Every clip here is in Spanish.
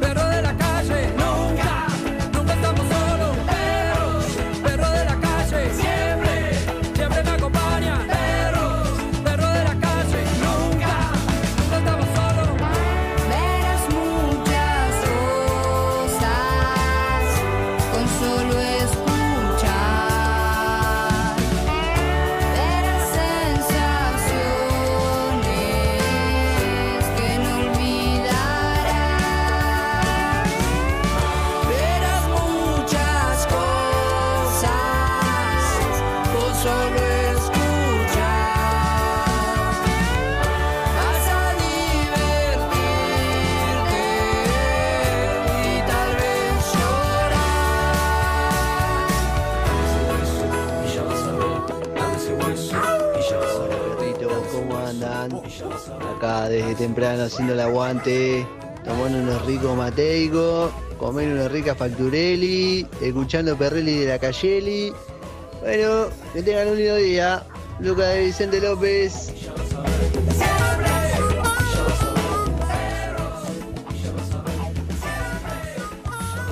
Perro de la calle, nunca, nunca estamos solos. Perros, perro de la calle, siempre, siempre me acompaña. Perros, perro de la calle, nunca, nunca estamos solos. Verás muchas cosas con solo escuchar. Verás sensaciones que no olvidarás. Verás muchas cosas con solo escuchar. Vas a divertirte y tal vez llorar. Perritos, ¿cómo andan? Acá desde temprano haciendo el aguante, tomando unos ricos mateicos, comiendo unas ricas facturelli, escuchando Perrelli de la Cayeli. Bueno, que tengan un lindo día. Luca de Vicente López.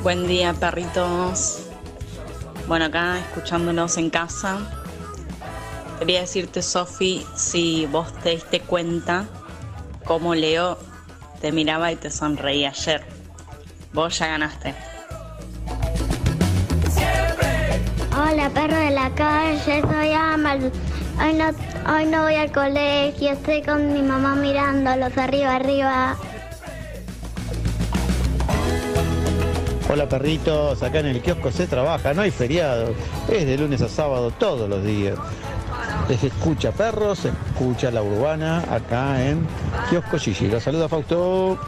Buen día, perritos. Bueno, acá escuchándonos en casa. Quería decirte, Sofi, si vos te diste cuenta cómo Leo te miraba y te sonreía ayer. Vos ya ganaste. Hola, perro de la calle, soy Amal. Hoy no, hoy no voy al colegio, estoy con mi mamá mirándolos arriba, arriba. Hola perritos, acá en el kiosco se trabaja, no hay feriado, es de lunes a sábado todos los días. Les escucha perros, escucha la urbana acá en Kiosco Gigi. Los saluda Fausto.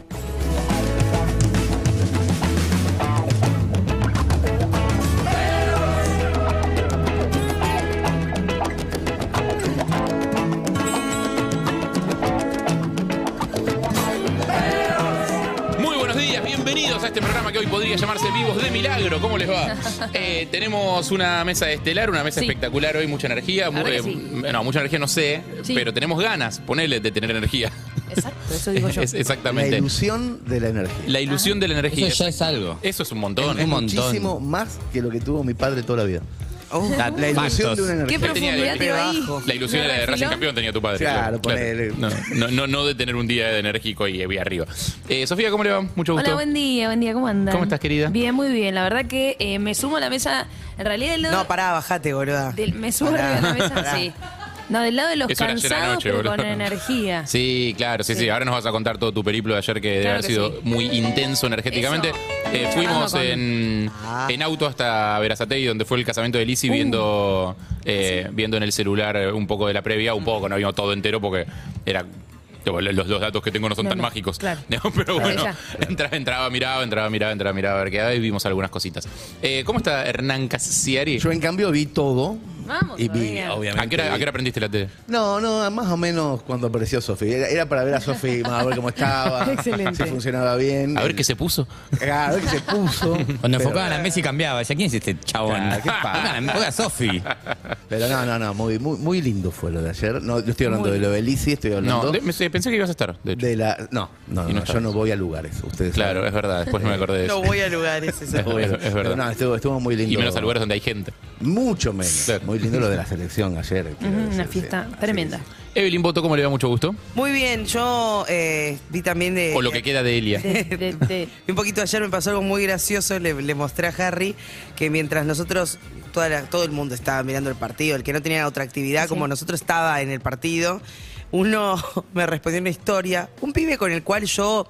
Muy buenos días, bienvenidos a este programa que hoy podría llamarse Vivos de Milagro. ¿Cómo les va? Eh, tenemos una mesa estelar, una mesa Sí. espectacular hoy, mucha energía. La mu- verdad que eh, sí. No, mucha energía no sé, Sí. pero tenemos ganas, ponele, de tener energía. Exacto, eso digo yo. Es- La exactamente. La, ilusión de la energía. ilusión de la energía. Eso ya es algo. Eso es un montón. Es un montón. Muchísimo más que lo que tuvo mi padre toda la vida. La- La ilusión Factos. de una Qué energía. tenía profundidad el tiró ahí. La ilusión Me era de Racing refiló. Campeón tenía tu padre. Claro, ponele. No, no, no, no de tener un día de energético y eh, arriba. Eh, Sofía, ¿cómo le va? Mucho gusto. Hola, buen día, buen día, ¿cómo andan? ¿Cómo estás, querida? Bien, muy bien. La verdad que eh, me sumo a la mesa. En realidad, del lado. No, pará, bajate, boluda. del- me sumo Pará, arriba de la mesa, pará. sí. No, del lado de los Es una llena cansados, noche, pero boludo. con energía. Sí, claro, sí, sí, Ahora nos vas a contar todo tu periplo de ayer que debe Claro haber que sido sí. muy intenso energéticamente. Eso. Eh, fuimos Charlando con- Ah. en, en auto hasta Verazatei, donde fue el casamiento de Lizzy, viendo, Uh. eh, viendo en el celular eh, un poco de la previa, Mm. un poco, no vimos todo entero porque era. tipo, Los, los datos que tengo no son No, tan no, mágicos. claro. No, pero bueno, Ah, ya. entra- entraba, miraba, entraba, miraba, entraba, miraba, a ver qué daba y vimos algunas cositas. Eh, ¿Cómo está Hernán Casiari? Yo en cambio vi todo. Vamos y vi, todavía. obviamente. ¿A qué, hora, a qué hora aprendiste la tele? No, no, más o menos cuando apareció Sofi. Era, era para ver a Sofi, más a ver cómo estaba, Excelente. si funcionaba bien. A ver qué se puso. Ah, a ver qué se puso. Cuando Pero- enfocaban a Messi cambiaba. Decía, ¿quién es este chabón? Claro, qué pasa. Enfocaban a- Juega Sofi. Pero no, no, no, muy, muy, muy lindo fue lo de ayer. No, yo estoy hablando de lo de Lizzy, estoy hablando No, de- me- pensé que ibas a estar, de hecho. de la. No, Y no, no no, yo estabas. no voy a lugares. Ustedes Claro, es verdad, después me acordé de eso. No voy a lugares, eso. Es, saben. es Pero verdad. No, estuvo, estuvo muy lindo. y menos a lugares donde hay gente. Mucho menos. Claro. Muy lindo lo de la selección ayer. quiero Ujú, decir, Una sí. fiesta Así tremenda. que sí. Evelyn Boto, ¿cómo le da mucho gusto? Muy bien, yo eh, vi también de. O lo que queda de Elia. De- de- de- Un poquito ayer me pasó algo muy gracioso, le, le mostré a Harry que mientras nosotros, toda la- todo el mundo estaba mirando el partido, el que no tenía otra actividad, como nosotros estaba en el partido, uno me respondió una historia, un pibe con el cual yo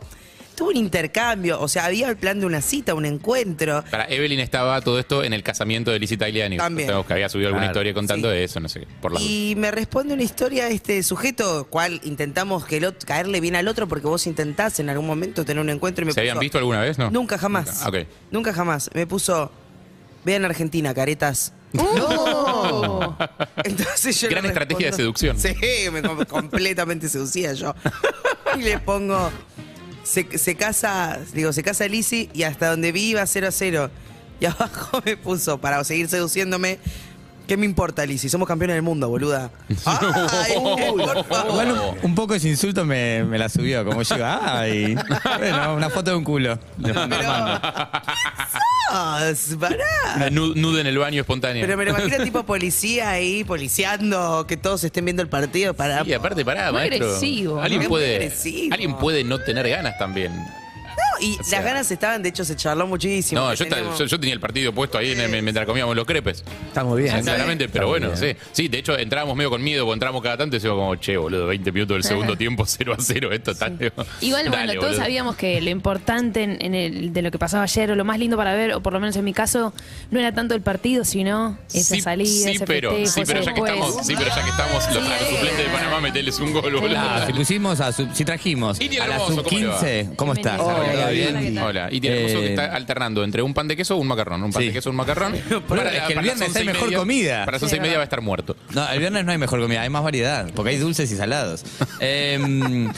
tuve un intercambio, o sea, había el plan de una cita, un encuentro. Para Evelyn estaba todo esto en el casamiento de Lizzie Tagliani. También. Sabemos que había subido alguna Claro. historia contando Sí. de eso, no sé qué. Por la duda. Y me responde una historia este sujeto, cual intentamos que el otro- caerle bien al otro porque vos intentás en algún momento tener un encuentro y me ¿Se habían puso- visto alguna vez? No. Nunca jamás. Nunca. Ok. Nunca jamás. Me puso, vean Argentina, caretas. ¡No! Entonces yo le Gran estrategia de respondo- seducción. Sí, me com- completamente seducía yo. Y le pongo, se, se casa, digo, se casa Lisi y hasta donde vi iba 0 a 0. Y abajo me puso, para seguir seduciéndome, ¿Qué me importa, Lizzy? Somos campeones del mundo, boluda. Ay, por favor. Igual Oh. un, un poco ese insulto me, me la subió, como yo, ay. Bueno, una foto de un culo. Le mando a Armando. Dios, pará. Una nu- nude en el baño espontánea. Pero me lo imagino tipo policía ahí, policiando, que todos estén viendo el partido para. Y aparte, pará, Muy maestro. agresivo, alguien ¿no? puede. Muy agresivo. Alguien puede no tener ganas también. y las ganas estaban, de hecho, se charló muchísimo. No, que yo, ta- tenemos- yo- yo tenía el partido puesto ahí en- mientras comíamos los crepes. Está muy bien. Sinceramente, pero bueno, sí. Sí, de hecho entrábamos medio con miedo, porque entrábamos cada tanto y decíamos como, che, boludo, 20 minutos del segundo tiempo, 0 a 0, esto está... Igual, bueno, Dale, todos boludo. sabíamos que lo importante en, en el, de lo que pasaba ayer, o lo más lindo para ver, o por lo menos en mi caso, no era tanto el partido, sino esa Sí, salida, sí, ese pero, festejo, sí, pero ese ya que juego. estamos, sí, pero ya que estamos, los, a los suplentes de Panamá meteles un gol, boludo. Ah, si pusimos a sub- si trajimos Iti a la Hermoso, sub ¿cómo le va? 15, ¿cómo estás? Hola, Hola, bien. bien. Hola, y tiene hermoso que Eh, está alternando entre un pan de queso o un macarrón, un pan Sí. de queso un macarrón. Pero es que el las viernes hay 11 y mejor media- comida. Para las 11 y media va a estar muerto. No, el viernes no hay mejor comida, hay más variedad, porque hay dulces y salados. Em,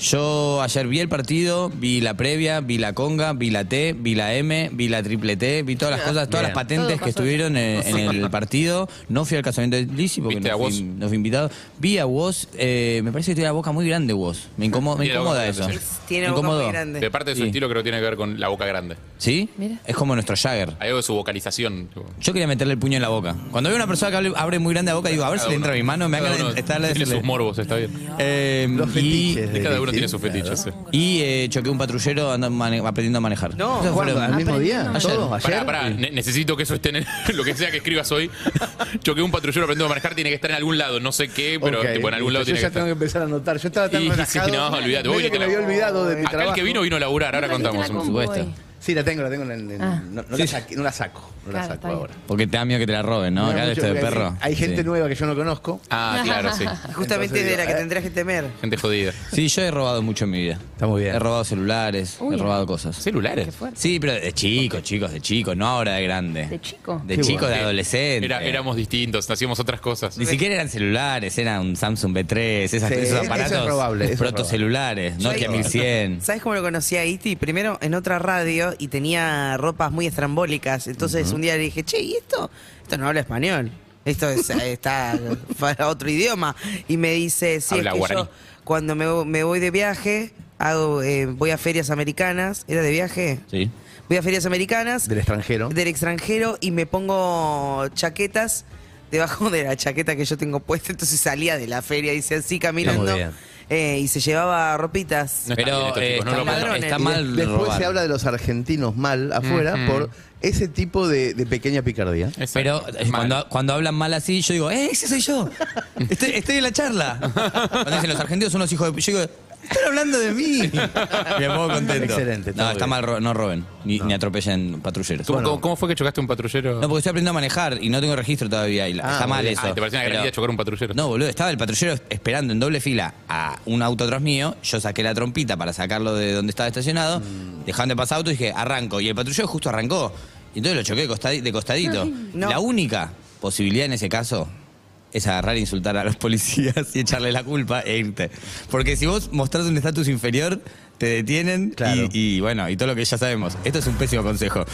yo ayer vi el partido, vi la previa, vi la conga, vi la T, vi la M, vi la triple T, Eh, vi todas las cosas, todas las Todo patentes pasó. que estuvieron en, en el partido. No fui al casamiento de Lizzy porque ¿Viste no a fui, Woz? no fui invitado. Vi a Woz, eh, me parece que tiene la boca muy grande Woz. Me, incomo- me Tiene la boca incomoda muy eso. grande, Tiene Me boca muy incomodó. grande. De parte de su Sí. estilo creo que tiene que ver con la boca grande. ¿Sí? Mira. Es como nuestro Jagger. Hay algo de su vocalización. tipo. Yo quería meterle el puño en la boca. Cuando veo una persona que hable- abre muy grande la boca, digo, a ver si Cada le uno- entra mi mano, me cada hagan uno estarle Tiene sus morbos, está bien. Eh, Los y fetiches. Y Cada uno Sí, tiene sus claro. fetiches. sí. y eh, choqué un patrullero ando mane- aprendiendo a manejar. No, Eso fue lo- ¿Cuándo? ¿Al mismo día? Ayer. ¿Todos? ¿Ayer? Pará, pará, ne- necesito que eso esté en el- lo que sea que escribas hoy. Choqué un patrullero aprendiendo a manejar, tiene que estar en algún lado, no sé qué, pero Ok, tipo, en algún lado listo, tiene Yo que ya tengo que estar. empezar a anotar. Yo estaba tan Y- sí, relajado. no, olvidate, medio voy y que te me la- había olvidado de mi Acá el trabajo. que vino, vino a laburar, ahora Ahora contamos. la un- compu supuesto. hoy. Sí, la tengo, la tengo en el... en- Ah. no, no la saqué- no la saco, no la Claro, saco está bien. ahora. Porque te da miedo que te la roben, Me ¿no? da Acá mucho esto de porque hay- perro. Hay gente sí. nueva que yo no conozco. Ah, claro, sí. Justamente Entonces de la digo, que eh. tendrías que temer. Gente jodida. Sí, yo he robado mucho en mi vida. Está muy bien. He robado celulares, Uy. he robado cosas. Celulares. Sí, pero de chicos, chicos, de chicos, no ahora de grande. ¿De chico? De Qué chico, bueno. de adolescente. Era- éramos distintos, hacíamos otras cosas. Ni siquiera eran celulares, eran un Samsung B3, esas, Sí, esos eso es aparatos. probable, eso es protocelulares, Yo Nokia ahí- 1100. ¿Sabes cómo lo conocí a Iti? Primero en otra radio y tenía ropas muy estrambólicas. Entonces un día le dije, che, ¿y esto? Esto no habla español. Esto es- está para otro idioma. Y me dice, sí, Habla es que guaraní. yo cuando me, vo- me voy de viaje, hago, eh, voy a ferias americanas. ¿Era de viaje? Sí. Voy a ferias americanas Del extranjero. del extranjero y me pongo chaquetas debajo de la chaqueta que yo tengo puesta. Entonces salía de la feria, dice así, caminando. Está muy bien. eh, y se llevaba ropitas. No está bien Pero esto, eh, chicos, no está, lo mal, perdonen. está Y de- mal Después robar. se habla de los argentinos mal afuera por ese tipo de, de pequeña picardía. Exacto. Pero eh, Mal. cuando, cuando hablan mal así, yo digo, ¡eh, ese soy yo! Estoy, estoy en la charla. Cuando dicen los argentinos son los hijos de... Yo digo, ¡están hablando de mí! Me pongo contento. Excelente, está no, muy está bien. mal, ro- no roben, ni, ni atropellen patrulleros. ¿Cómo, Bueno. cómo- cómo fue que chocaste un patrullero? No, porque estoy aprendiendo a manejar y no tengo registro todavía. Y la- Ah, está mal muy eso. Ah, te parecía una gran Pero- idea chocar un patrullero. No, Oh, boludo, estaba el patrullero esperando en doble fila a un auto atrás mío. Yo saqué la trompita para sacarlo de donde estaba estacionado. Dejaron de pasar auto y dije, arranco. Y el patrullero justo arrancó. Y entonces lo choqué de, costadi- de costadito. No. La única posibilidad en ese caso es agarrar e insultar a los policías y echarle la culpa e irte. Porque si vos mostrás un estatus inferior, te detienen Claro. y, y, bueno, y todo lo que ya sabemos. Esto es un pésimo consejo.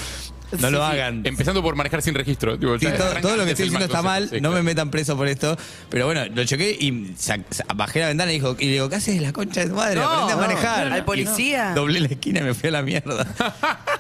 No lo hagan. Empezando por manejar sin registro. Digo, Sí, ya todo, arranca todo lo que antes estoy el mal diciendo está mal, consejo. Sí, no me claro. metan preso por esto. Pero bueno, lo choqué y sa- sa- bajé la ventana y, dijo, y le digo, ¿qué haces la concha de tu madre? No, Aprende a no, manejar. al Y policía. doblé la esquina y me fui a la mierda.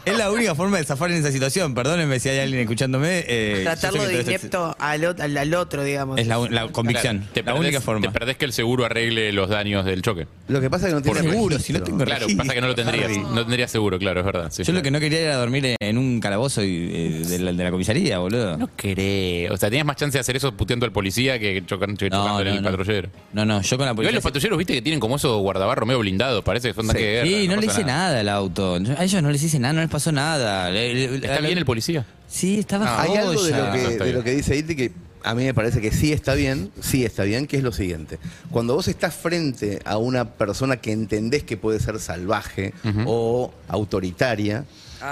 es la única forma de zafar en esa situación. Perdónenme si hay alguien escuchándome. eh, yo sé Tratarlo que de todo esto inepto al, ot- al, al otro, digamos. Es, es la, un- la convicción, Claro, te la perdés- única Te forma. perdés que el seguro arregle los daños del choque. Lo que pasa es que no eh. Por tiene seguro, registro. si no tengo Claro, registro. pasa que no lo tendrías. No tendrías seguro, claro, es verdad. sí, Yo lo claro. que no quería era dormir en un calabozo y, eh, de, la, de la comisaría, boludo. No querés. O sea, tenías más chance de hacer eso puteando al policía que chocan- chocando en el patrullero. No, no, yo con la Igual policía. los patrulleros, viste, que tienen como esos guardabarros medio blindados. Parece que son tanques de guerra. Sí, no, le pasa hice nada al auto. A ellos no les hice nada, no les pasó nada. Le- le- ¿Está a lo- bien el policía? Ah, Sí, estaba Hay joya. algo de lo, Eso que, está de lo bien. que dice Iti que a mí me parece que sí está bien, sí está bien, que es lo siguiente. Cuando vos estás frente a una persona que entendés que puede ser salvaje o autoritaria,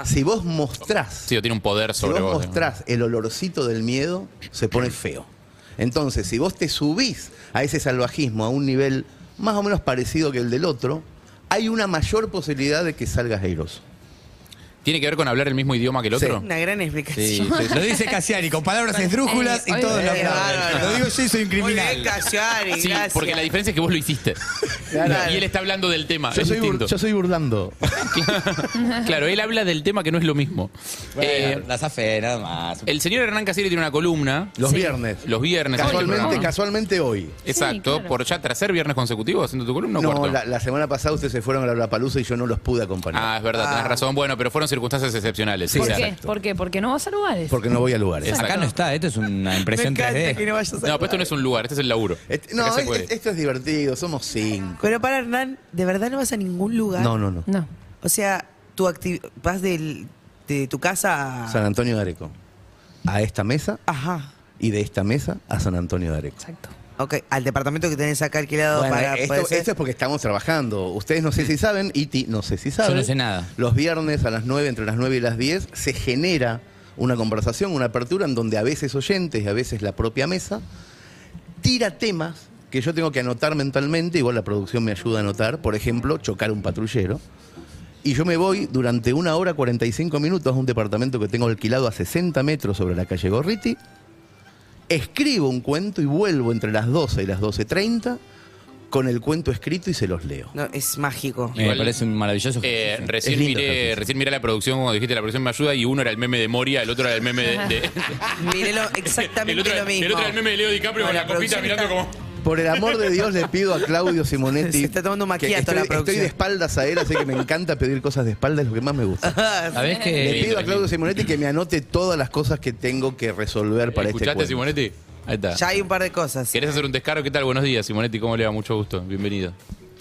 si vos mostrás... Sí, o tiene un poder Si sobre vos vos. mostrás el olorcito del miedo, se pone feo. Entonces, si vos te subís a ese salvajismo a un nivel más o menos parecido que el del otro, hay una mayor posibilidad de que salgas airoso. ¿Tiene que ver con hablar el mismo idioma que el otro? Una gran explicación. Lo dice Cassiani con palabras esdrújulas y Ay, todos ay, lo ay, aplauden. bárbaro. Lo digo yo y soy un Muy bien, criminal. Cassiari, Sí, gracias. porque la diferencia es que vos lo hiciste. Claro. Y él está hablando del tema. Ah, Yo es soy, bur- distinto. yo soy burlando. Claro, él habla del tema que no es lo mismo. Eh, Las afe, nada más. el señor Hernán Casieri tiene una columna. Los viernes. Los viernes. en este Casualmente, programa. casualmente hoy. Exacto. claro. ¿Por ya tercer viernes consecutivo haciendo tu columna o No, cuarto? la, la semana pasada ustedes se fueron a la palusa y yo no los pude acompañar. Ah, es verdad, tenés Ah. razón. Bueno, pero fueron circunstancias excepcionales. Sí, ¿Por exacto. qué? ¿Por qué? Porque no vas a lugares. Porque no voy a lugares. Ah, Exacto. Acá no está, Ah, esto es una Me impresión encanta 3D. que no vayas a No, pero esto no es un lugar, este es el laburo. Este- no, Acá se es- puede. es- esto es divertido, somos cinco. Pero para Hernán, ¿de verdad no vas a ningún lugar? No, no, no. No. O sea, tu acti- vas del, de tu casa a... San Antonio de Areco. A esta mesa Ajá. y de esta mesa a San Antonio de Areco. Exacto. Ok, al departamento que tenés acá alquilado Bueno, para... esto, para hacer- esto es porque estamos trabajando. Ustedes no sé si saben, Iti no sé si saben. Yo no sé nada. Los viernes a las 9, entre las 9 y las 10, se genera una conversación, una apertura en donde a veces oyentes y a veces la propia mesa tira temas que yo tengo que anotar mentalmente, igual la producción me ayuda a anotar, por ejemplo, chocar un patrullero. Y yo me voy durante una hora 45 minutos a un departamento que tengo alquilado a 60 metros sobre la calle Gorriti, escribo un cuento y vuelvo entre las 12 y las 12.30 con el cuento escrito y se los leo. No, es mágico. Me Igual, parece un maravilloso Eh, ejercicio. recién, Es lindo el miré, ejercicio. recién miré la producción, cuando dijiste la producción me ayuda, y uno era el meme de Moria, el otro era el meme de. de- Miré lo- el, exactamente otro, lo mismo. el otro era el meme de Leo DiCaprio No, con la la copita producción mirando está- como. Por el amor de Dios le pido a Claudio Simonetti. Se está tomando un que macchiato estoy, la estoy producción. de espaldas a él, así que me encanta pedir cosas de espaldas, es lo que más me gusta. ¿Sabés Le que pido a Claudio Simonetti que me anote todas las cosas que tengo que resolver para este ¿Escuchaste, cuento. Simonetti? Ahí está. Ya hay un par de cosas. ¿Querés hacer un descargo? ¿Qué tal? Buenos días, Simonetti. ¿Cómo le va? Mucho gusto. Bienvenido.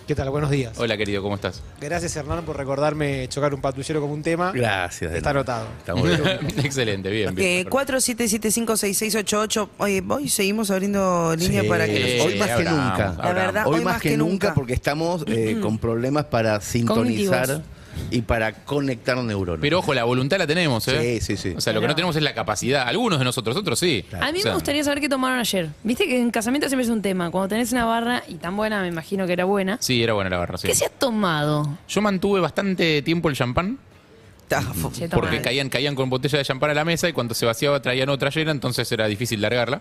¿Qué tal? Buenos días. Hola, querido. ¿Cómo estás? Gracias, Hernán, por recordarme chocar un patrullero como un tema. Gracias. de Está nada. anotado. Está muy bien. Excelente. Bien, bien. Eh, perfecto. 47756688. Oye, hoy seguimos abriendo línea Sí. para que nos Eh, hoy más que abramos, nunca. abramos. La verdad, Hoy más que, nunca, porque estamos Mm. eh, con problemas para sintonizar Cognitivos. y para conectar neuronas. Pero ojo, la voluntad la tenemos, ¿eh? Sí, sí, sí. O sea, lo que no tenemos es la capacidad. Algunos de nosotros, otros sí. A mí O sea, me gustaría saber qué tomaron ayer. Viste que en casamiento siempre es un tema. Cuando tenés una barra, y tan buena, me imagino que era buena. Sí, era buena la barra, sí. ¿Qué se ha tomado? Yo mantuve bastante tiempo el champán. Está fu- Che, está Porque mal. caían, caían con botella de champán a la mesa y cuando se vaciaba traían otra llena, entonces era difícil largarla.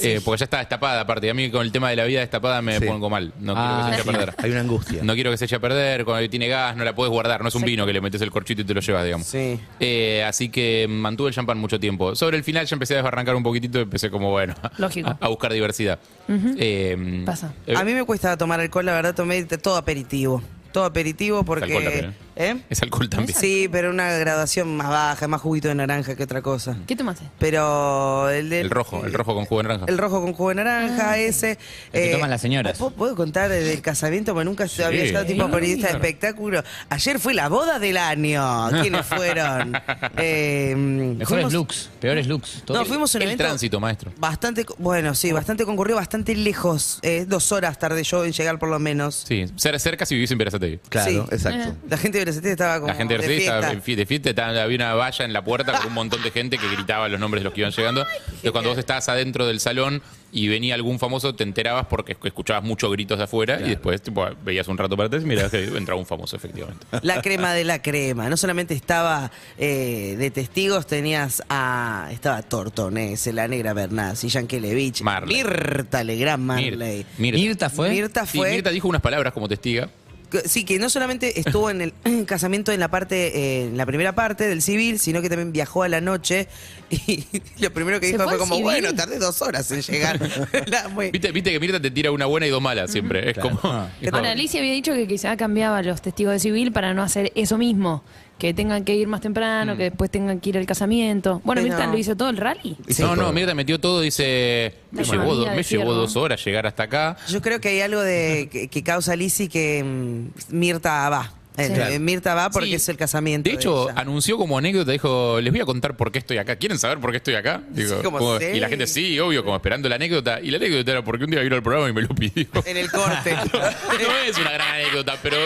Eh, porque ya estaba destapada, aparte. A mí con el tema de la vida destapada me Sí. pongo mal. No quiero que Ah, se eche a perder. Hay una angustia. No quiero que se eche a perder, cuando tiene gas, no la puedes guardar, no es un vino que le metes el corchito y te lo llevas, digamos. Sí. Eh, así que mantuve el champán mucho tiempo. Sobre el final ya empecé a desbarrancar un poquitito y empecé como, bueno, Lógico. a, a buscar diversidad. Eh, Pasa. eh, A mí me cuesta tomar alcohol, la verdad, tomé todo aperitivo. Todo aperitivo porque... alcohol también, ¿Eh? es alcohol también. Sí, pero una graduación más baja, más juguito de naranja que otra cosa. ¿Qué tomaste? Pero el de- El rojo, el rojo con jugo de naranja. El rojo con jugo de naranja, ese. eh, El que toman las señoras. ¿puedo- ¿Puedo contar del casamiento? Porque nunca Sí. había estado tipo Sí, periodista de claro. espectáculo. Ayer fue la boda del año. ¿Quiénes fueron? Eh, Mejores fuimos- looks, peores looks. todo. No, fuimos a un El evento tránsito, maestro. Bastante, co- bueno, sí, bastante concurrido, bastante lejos. Eh, dos horas tardé yo en llegar, por lo menos. Sí, ser cerca si vivís en Verazategui. Claro, Sí. Eh, exacto. La gente de Berazategui estaba como La gente de de Mercedes estaba fiesta. en fie- de fiesta, estaba- había una valla en la puerta con un montón de gente que gritaba los nombres de los que iban llegando. Entonces, cuando vos estabas adentro del salón y venía algún famoso, te enterabas porque esc- escuchabas muchos gritos de afuera y después tipo, veías un rato para atrás y mirabas que entraba un famoso, efectivamente. La crema de la crema. No solamente estaba eh, de testigos, tenías a. Estaba Tortonese, la negra Bernazzi, Yankelevich, Marley. Mirta Legrand Marley. Mir- Mirta. Mirta fue. Mirta Sí, fue. Mirta dijo unas palabras como testiga. que- Sí, que no solamente estuvo en el casamiento en la parte, eh, en la primera parte del civil, sino que también viajó a la noche y lo primero que ¿Se dijo fue fue al como, civil? bueno, tardé dos horas en llegar. La- muy- ¿Viste, viste que Mirta te tira una buena y dos malas siempre. Es como. es como- Ana Alicia había dicho que quizá cambiaba los testigos de civil para no hacer eso mismo. Que tengan que ir más temprano, Mm. que después tengan que ir al casamiento. Bueno, Pero- Mirta lo hizo todo el rally. Hizo no, todo. no, Mirta metió todo, dice. Me, La llevó, economía do- de me llevó ciervo. dos horas llegar hasta acá. Yo creo que hay algo de que, que causa Lizzy que mm, Mirta va. Eh, Sí. eh, Mirta va porque Sí. es el casamiento. De hecho, ella. anunció como anécdota, dijo, les voy a contar por qué estoy acá. ¿Quieren saber por qué estoy acá? Digo, Sí, como, sí. Y la gente, sí, obvio, como esperando la anécdota. Y la anécdota era porque un día vino al programa y me lo pidió. en el corte. No es una gran anécdota, pero,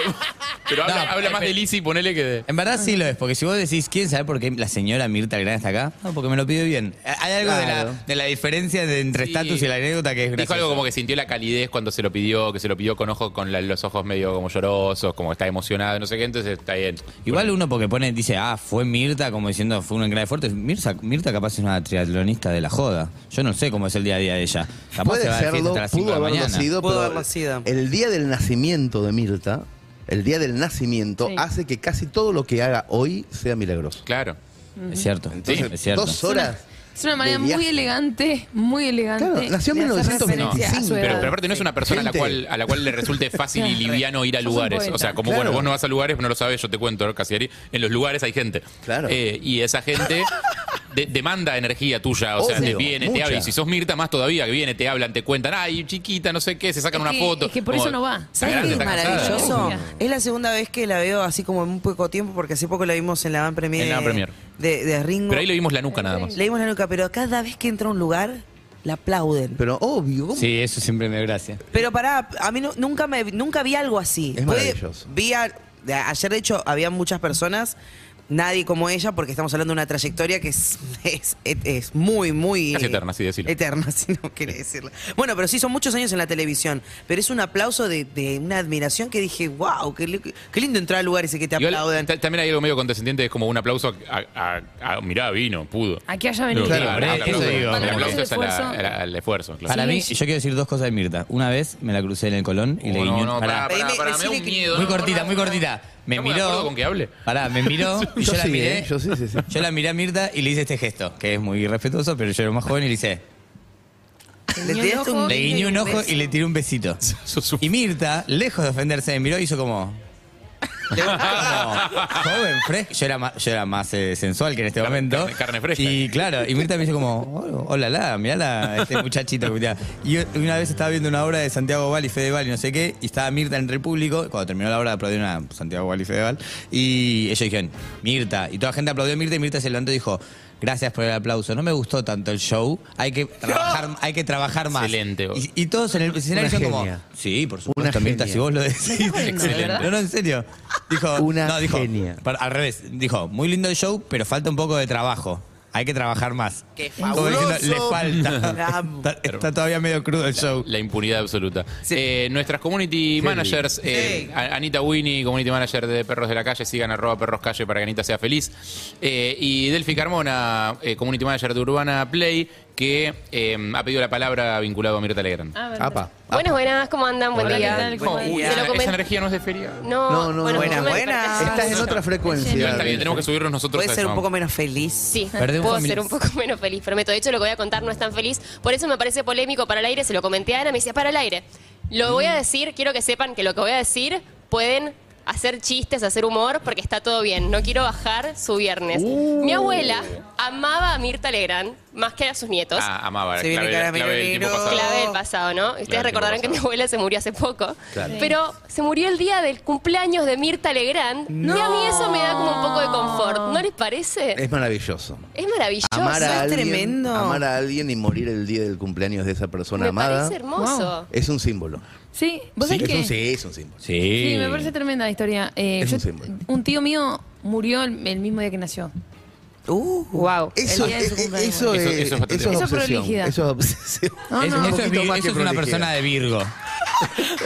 pero habla, No, habla más eh, pero- de Lizzy, ponele que de... En verdad sí lo es, porque si vos decís, ¿quién sabe por qué la señora Mirta Gran está acá? No, porque me lo pidió bien. Hay algo de, la, de la diferencia de entre Sí. estatus y la anécdota que es Dijo algo gracioso. como que sintió la calidez cuando se lo pidió, que se lo pidió con ojos, con la- los ojos medio como llorosos, como está emocionada. no sé qué, entonces está bien. Igual uno porque pone, dice, ah, fue Mirta, como diciendo, fue un grave fuerte. Mirta, Mirta capaz es una triatlonista de la joda. Yo no sé cómo es el día a día de ella. Capaz Puede se va de fiesta serlo, hasta las 5 pudo de la haberlo mañana. sido, pero el día del nacimiento de Mirta, el día del nacimiento, Sí. hace que casi todo lo que haga hoy sea milagroso. Claro. Ujú. Es cierto. Entonces, es cierto. dos horas. Es una manera de muy viaje. elegante, muy elegante. Claro, nació en de hacer 1925. referencia a su Pero, edad. pero aparte no es una persona a la Gente. cual, a la cual le resulte fácil y liviano ir a Sos un lugares. poeta. O sea, como Claro. bueno, vos no vas a lugares, no lo sabes, yo te cuento, Casiari. En los lugares hay gente. Claro. Eh, y esa gente de- demanda energía tuya. O sea, te Obvio, viene, te mucha. habla. Y si sos Mirta, más todavía, que viene, te hablan, te cuentan, ay, chiquita, no sé qué, se sacan Es una que- foto. es que por Como, eso no va. está ¿Sabes grande, qué es está casada. maravilloso? Es la segunda vez que la veo así como en un poco tiempo, porque hace poco la vimos en la van premier, En la Van Premier. De, de Ringo. Pero ahí le vimos la nuca nada más. Le dimos la nuca, pero cada vez que entra a un lugar, la aplauden. Pero obvio, ¿cómo? Sí, eso siempre me da gracia. Pero pará, a mí no- nunca me nunca vi algo así. Es Fue- maravilloso. vi a- de- ayer, de hecho, había muchas personas, nadie como ella, porque estamos hablando de una trayectoria que es, es, es- es muy, muy. Casi eh, eterna, sí, decirlo. Eterna, si no quiere decirlo. Bueno, pero sí, son muchos años en la televisión. Pero es un aplauso de, de una admiración que dije, wow, qué, li- qué lindo entrar a lugares y que te Igual, aplaudan. ta- también hay algo medio condescendiente, es como un aplauso a, a- a- mirá, vino, pudo. Aquí haya venido. Claro, un por eso aplauso- digo. un Para aplauso mí es el a la- esfuerzo- a la- al esfuerzo, claro. Para mí, Sí. yo quiero decir dos cosas de Mirta. Una vez me la crucé en el Colón y le Oh, guiñé. no, un- no, pará, pará, pará. Pedime- pará, me da decile un que- miedo. muy no, cortita, no, muy no, no. cortita. Me Estamos de miró. acuerdo con que hable. Pará, me miró y yo, Yo la sí, miré. ¿eh? Yo sí, sí, sí. Yo la miré a Mirta y le hice este gesto, que es muy irrespetuoso, pero yo era más joven y le hice. Le guiñó tiraste un un- ojo. Le guiñé un ojo y le tiré un besito. Sos un- Y Mirta, lejos de ofenderse, me miró y hizo como. como joven, fresco. Yo era más, yo era más eh, sensual que en este Carne- momento. carne- carne fresca. Y claro, y Mirta me hizo como, "Oh, hola, la, mirá la, este muchachito. que mirá". Y yo- una vez estaba viendo una obra de Santiago Val y Fedeval y no sé qué, y estaba Mirta entre el público. Cuando terminó la obra, aplaudieron a Santiago Val y Fedeval. Y ellos dijeron, Mirta. Y toda la gente aplaudió a Mirta y Mirta se levantó y dijo, gracias por el aplauso. No me gustó tanto el show. Hay que trabajar, hay que trabajar más. Excelente, vos. Y, y todos en el escenario Una son como, genia. sí, por Una supuesto, genia. Mirta, si vos lo decís. Excelente. No, no, en serio. Dijo, Una no, dijo, genia. para- al revés, dijo, muy lindo el show, pero falta un poco de trabajo. Hay que trabajar más. ¡Qué Como diciendo, fabuloso! le La falta. amo. está, está todavía medio crudo el show. La impunidad absoluta. Eh, nuestras community managers, eh, A- Anita Winnie, community manager de Perros de la Calle, sigan arroba perros calle para que Anita sea feliz. Eh, y Delphi Carmona, eh, community manager de Urbana Play, que eh, ha pedido la palabra vinculado a Mirta Legrand. Ah, verdad. Apa, apa. Buenas, buenas, ¿cómo andan? Buen Hola, día. ¿qué tal? Buen ¿Cómo? Uy, día. Se lo esa, comen- esa energía no es de feria. No, No, no, bueno, buenas, yo me desperté buenas. hace- Estás en otra frecuencia. No está bien, tenemos que subirnos nosotros Puede a ser eso. un poco menos feliz. Sí, Perdí un puedo familiar. ser un poco menos feliz, prometo. De hecho, lo que voy a contar no es tan feliz. Por eso me parece polémico para el aire. Se lo comenté a Ana, me decía, para el aire. Lo Mm. voy a decir, quiero que sepan que lo que voy a decir pueden hacer chistes, hacer humor, porque está todo bien. No quiero bajar su viernes. Uh. Mi abuela amaba a Mirta Legrand más que a sus nietos. Ah, amaba. Se viene clave- caramelo clave del tiempo negro. pasado. clave del pasado, ¿no? Ustedes Claro, recordarán que pasado. mi abuela se murió hace poco. Pero se murió el día del cumpleaños de Mirta Legrand. Y a mí eso me da como un poco de confort. ¿No les parece? Es maravilloso. eh, Es maravilloso. Amar es a, alguien, tremendo. amar a alguien y morir el día del cumpleaños de esa persona me amada parece hermoso. es un símbolo. Sí, vos Sí, sabés es que... un, sí, es un símbolo. Sí. Eh, Sí, me parece tremenda la historia. Eh, Es yo- un símbolo. un tío mío murió el, el mismo día que nació. Uh, Wow. Eso, El día de su eh, eh, cumpleaños. Eso- eso, es, eso es bastante eso es Eso es obsesión. prolijidad. Eso es obsesión. No, eso no. eso es, poquito vir- más eso que es una prolijidad. persona de Virgo.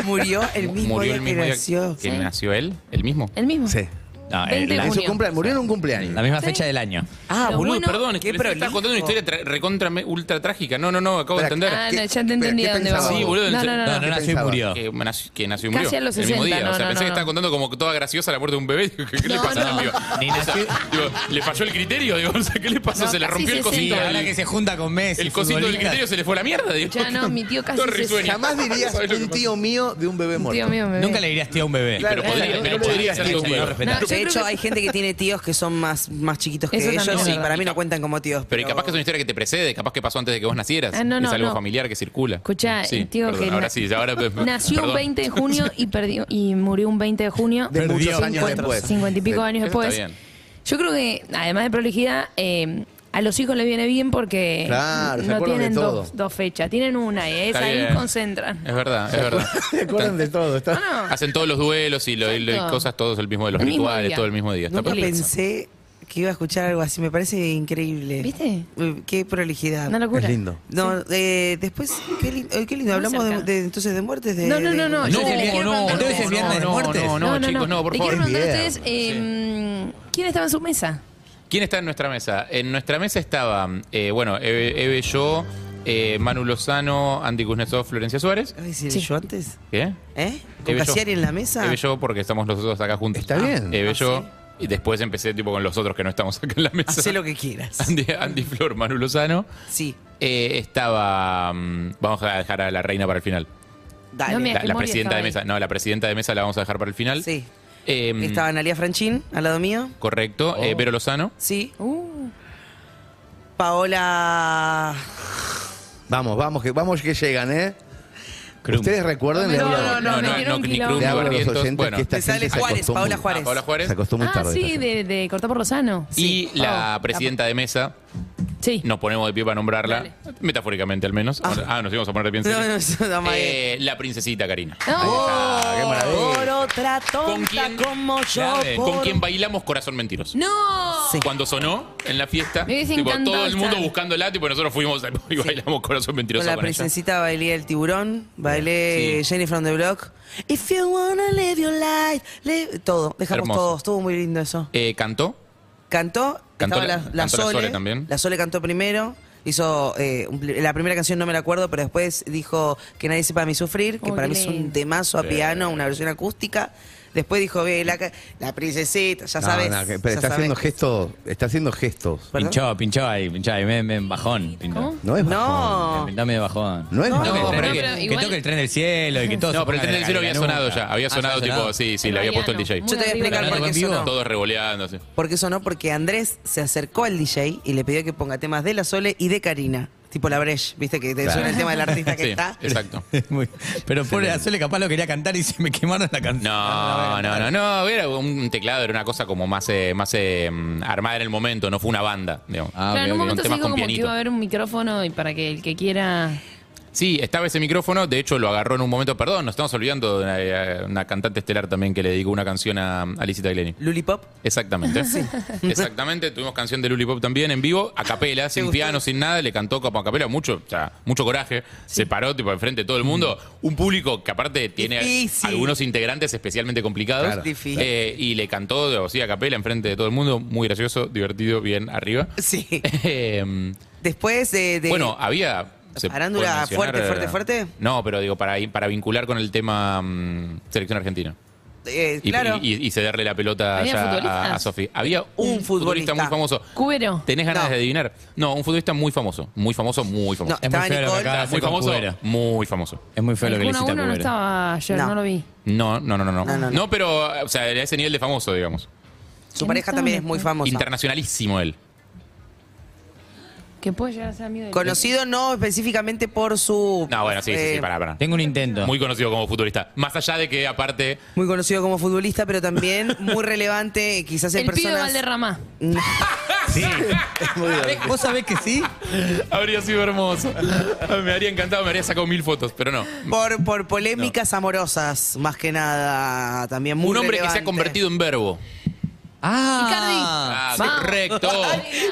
murió el mismo ¿Murió día el mismo que día nació. que Sí. nació él? ¿El mismo? Ah, El mismo. Ah, Sí. No, Veinte el- de la, En su junio. cumplea- murió en un cumpleaños. la misma fecha del año. Ah, Lo boludo, bueno- Perdón, es que Qué me estás prolijo. contando una historia tra- recontra me- ultra trágica. No, no, no, acabo de Espera, entender. Ah, ¿Qué- no, ya te espera, entendí qué a dónde pensabas va. Sí, boludo, no, no, no. No, no ¿Qué nació y pensabas? murió. Eh, que, nació, que nació y murió. Casi a los el mismo 60, día. o no, sea, no, pensé no, que estaba no. contando como que toda graciosa la muerte de un bebé. Digo, ¿Qué, qué le No, pasa? no. Digo, Ni o sea, nació- digo, le falló el criterio. Digo, o sea, ¿Qué le pasó? No, se le casi rompió el 60. Sí, cosito. ahora que del- se junta con Messi. El cosito del futbolista. criterio se le fue a la mierda. Digo, Ya no, mi tío casi Todo se- risueño. Jamás dirías ¿Sabes lo que un pasa? tío mío de un bebé Un muerto. tío mío me ve. Nunca le dirías tío a un bebé. Claro, Pero podría, claro, pero no le podría dirías ser tío, algo no peor. respetar. No, yo De hecho, creo que- hay gente que tiene tíos que son más, más chiquitos que Eso ellos también es y verdad. para mí no cuentan como tíos. Pero y capaz que es una historia que te precede, capaz que pasó antes de que vos nacieras. Ah, no, no, es algo no. familiar que circula. Escuchá, Sí, el tío perdón, que ahora na- sí, ahora nació un perdón. 20 de junio y perdió y murió un 20 de junio. De Perdió. muchos años Cincuenta- después. cincuenta y pico años Eso después. está bien. Yo creo que, además de prolijidad, eh, a los hijos les viene bien porque Claro, se no acuerdan de tienen todo. dos, dos fechas, tienen una y Está esa ahí bien. concentran. Es verdad, es verdad. Se acuerdan de todo. está- No, no. Hacen todos los duelos y, lo- y lo- y Exacto. cosas todos el mismo de los El mismo rituales, día. todo el mismo día. Está Nunca perfecto. pensé que iba a escuchar algo así. Me parece increíble. ¿Viste? Eh, Qué prolijidad. Una locura. Es lindo. No, eh, después, qué, lin- eh, qué lindo. Muy Hablamos de, cerca. de- entonces de muertes. De, No, no, no, no. No, yo te- le no, quiero preguntar a entonces ustedes. es viernes de No, no, muertes. no, no, chicos, no, por Le favor. quiero preguntar a Bien. ustedes, eh, ¿quién estaba en su mesa? ¿Quién está en nuestra mesa? En nuestra mesa estaba, eh, bueno, Eve, Eve, yo, eh, Manu Lozano, Andy Kuznetsov, Florencia Suárez. Ay, si Sí. yo antes. ¿Qué? ¿Eh? Eve, ¿Con yo. Cassiari en la mesa? Eve yo porque estamos nosotros acá juntos. Ah, Está bien. Ah, Eve yo. Y después empecé tipo con los otros que no estamos acá en la mesa. Hacé lo que quieras. Andy, Andy Flor, Manu Lozano. Sí. Eh, estaba. mm, vamos a dejar a la reina para el final. Dale. No me- La, que la Mori presidenta estaba de ahí. mesa. No, la presidenta de mesa la vamos a dejar para el final. Sí. Eh, Estaba Analia Franchín al lado mío. Correcto. Eh, Oh. Vero Lozano. Sí. Uh, Paola. Vamos, vamos, que vamos que llegan, ¿eh? Krum. Ustedes recuerden le No, no, hablo- no, me dieron ni quilombo. Krum, le ni hablo a los Barrientos. oyentes Bueno, que esta Te sale gente se Juárez, acostó Paola muy- Juárez. Paola Juárez. Se acostó muy ah, tarde. sí, de, de cortar por Lozano. Oh, Y la presidenta de mesa, Sí. nos ponemos de pie para nombrarla, metafóricamente al menos. Ah, nos íbamos a poner de pie. en serio. No, no, eso no, Magué. Eh, la princesita Karina. Ah, qué maravilla. Por otra tonta ¿Con quién? como yo. Grande. por- Con quien bailamos Corazón Mentiroso. ¡No! Cuando sonó en la fiesta, Me hubiese tipo, encantado todo el mundo estar. buscándola, tipo nosotros fuimos y bailamos Corazón Mentiroso Con la con ella. princesita bailé el tiburón, bailé Sí. Jenny from the Block. If you wanna live your life, live- todo, dejamos Hermoso. todo, estuvo muy lindo eso. Eh, cantó. Cantó, Cantó estaba la- la, la cantó la Sole, Sole también. La Sole cantó primero, hizo eh, un- la primera canción no me la acuerdo, pero después dijo que nadie sepa mi sufrir, que Oh, para qué mí es un lindo. temazo a Sí. piano, una versión acústica. Después dijo, ve, la, ca- la princesita, ya No, sabes. no, que- pero ya está sabes. haciendo gestos, está haciendo gestos. ¿Perdón? Pinchó, pinchó ahí, pinchó ahí, me, me- bajón. pinchó. ¿Cómo? No es No. bajón. Pintame de bajón. No es Que No, bajón. toque el pero tren- que, igual- que toque el tren del cielo y que todo. No, pero el tren del cielo había sonado ya. Ah, Había sonado tipo, sí, sí, En le había puesto el Mariano, DJ. muy Yo te voy a arriba. explicar por qué ¿En eso vivo? no. Todos revoleando, así. Porque eso no, porque Andrés se acercó al DJ y le pidió que ponga temas de la Sole y de Karina. Tipo la Breche, viste que te Claro. suena el tema del artista que Sí, está. exacto. Muy- pero pobre Azule capaz lo quería cantar y se me quemaron la canción. Ah, No, no, no, no, era un teclado, era una cosa como más, eh, más eh, armada en el momento, no fue una banda. digamos. Ah, Claro, en un ok, ok. Con momento se temas dijo con como que pianito. iba a haber un micrófono y para que el que quiera... Sí, estaba ese micrófono, de hecho lo agarró en un momento, perdón, nos estamos olvidando de una, eh, una cantante estelar también que le dedicó una canción a, a Lizzie Tagliani. Lulipop. Exactamente. Exactamente, tuvimos canción de Lulipop también en vivo, a capela, sin gustó? piano, sin nada, le cantó como a capela, mucho, o sea, mucho coraje, se paró tipo enfrente de todo el mundo, un público que aparte tiene Difícil. algunos integrantes especialmente complicados Claro, Difícil. eh, y le cantó así a capela enfrente de todo el mundo, muy gracioso, divertido, bien arriba. Sí. Em, Después de. de- bueno, había. se Farándula puede mencionar, fuerte, fuerte, eh, fuerte. No, pero digo, para, para vincular con el tema mm, selección argentina. eh, Y, claro. Eh, y- y cederle la pelota ¿Había ya a, futbolistas? a Sofi. Había Un un futbolista, futbolista. muy famoso. Cubero. ¿Tenés ganas No. de adivinar? No, un futbolista muy famoso. Muy famoso, muy famoso. No, estaba feo lo que Nicole. acaba de hacer muy con famoso. Cubero. Muy famoso. Es muy feo lo el que le Kun hiciste a Agüero no Cubero. estaba ayer, No. no, lo vi. No, no, no, no, no. No, no, no. pero, o sea, a ese nivel de famoso, digamos. Su pareja también es muy famosa. Internacionalísimo él. Que puede llegar a ser amigo de... Conocido no específicamente por su. No, bueno, sí, sí, sí, eh, pará, pará. Tengo un intento. Muy conocido como futbolista. Más allá de que, aparte, Muy conocido como futbolista, pero también muy relevante, eh, quizás en El pibe personas. Valderrama. Sí. ¿Vos sabés que sí? Habría sido hermoso. Me habría encantado, me habría sacado mil fotos, pero no. Por, por polémicas amorosas, más que nada. También muy un hombre que se ha relevante. convertido en verbo. Ah. Ah, correcto.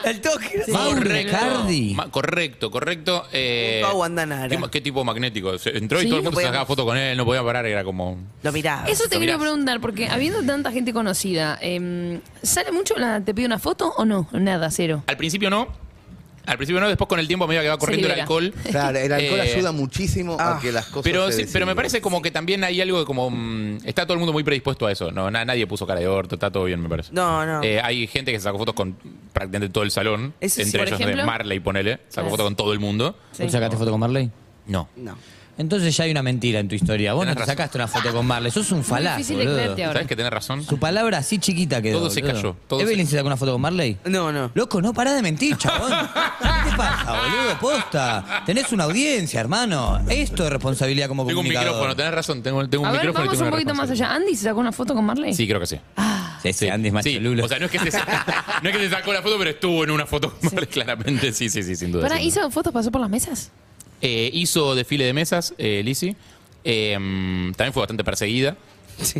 Al toque. Mauro Icardi. Ma- correcto, correcto. Eh, Pau Guandanara. ¿qué, ma- qué tipo magnético? Se- Entró y Sí. todo el mundo No se podíamos. sacaba foto con él, no podía parar, era como. Lo miraba. Eso te Lo quería mirás. preguntar, porque habiendo tanta gente conocida, em, ¿sale mucho la te pido una foto o no? Nada, cero. Al principio no. Al principio no, después con el tiempo a medida que va corriendo el libera. alcohol. Claro, el alcohol Eh, ayuda muchísimo ah, a que las cosas Pero, se sí, pero me desinhiban. parece como que también hay algo de como. mm, está todo el mundo muy predispuesto a eso. No, Na- nadie puso cara de orto, está todo bien, me parece. No, no. Eh, hay gente que se sacó fotos con prácticamente todo el salón. Eso sí. entre Por ellos de ejemplo. Marley, ponele. Sacó Claro. fotos con todo el mundo. ¿Vos sacaste foto con Marley? No. no. Entonces ya hay una mentira en tu historia. Vos Tenés no te razón. sacaste una foto con Marley. Sos un falaz, difícil de boludo. creerte ahora. ¿Sabes que tenés razón? Su palabra así chiquita quedó. Todo se boludo. cayó, todo ¿Evelyn se- se... sacó una foto con Marley? No, no. Loco, no pará de mentir, chabón. ¿Qué te pasa, boludo? Posta. Tenés una audiencia, hermano. Esto es responsabilidad como Tengo un comunicador. micrófono, tenés razón. Tengo, tengo un A ver, micrófono y vamos tengo un una poquito más responsabilidad. allá. ¿Andy se sacó una foto con Marley? Sí, creo que sí. Sí, sí, Ah, Andy es más Sí, cholulo. O sea, no es, que se saca- no es que se sacó la foto, pero estuvo en una foto con Marley, claramente. Sí, sí, sí, sin duda. Pará, sin duda. ¿hizo fotos? ¿Pasó por las mesas? Eh, hizo desfile de mesas, eh, Lizzy. Eh, mm, también fue Em, bastante perseguida.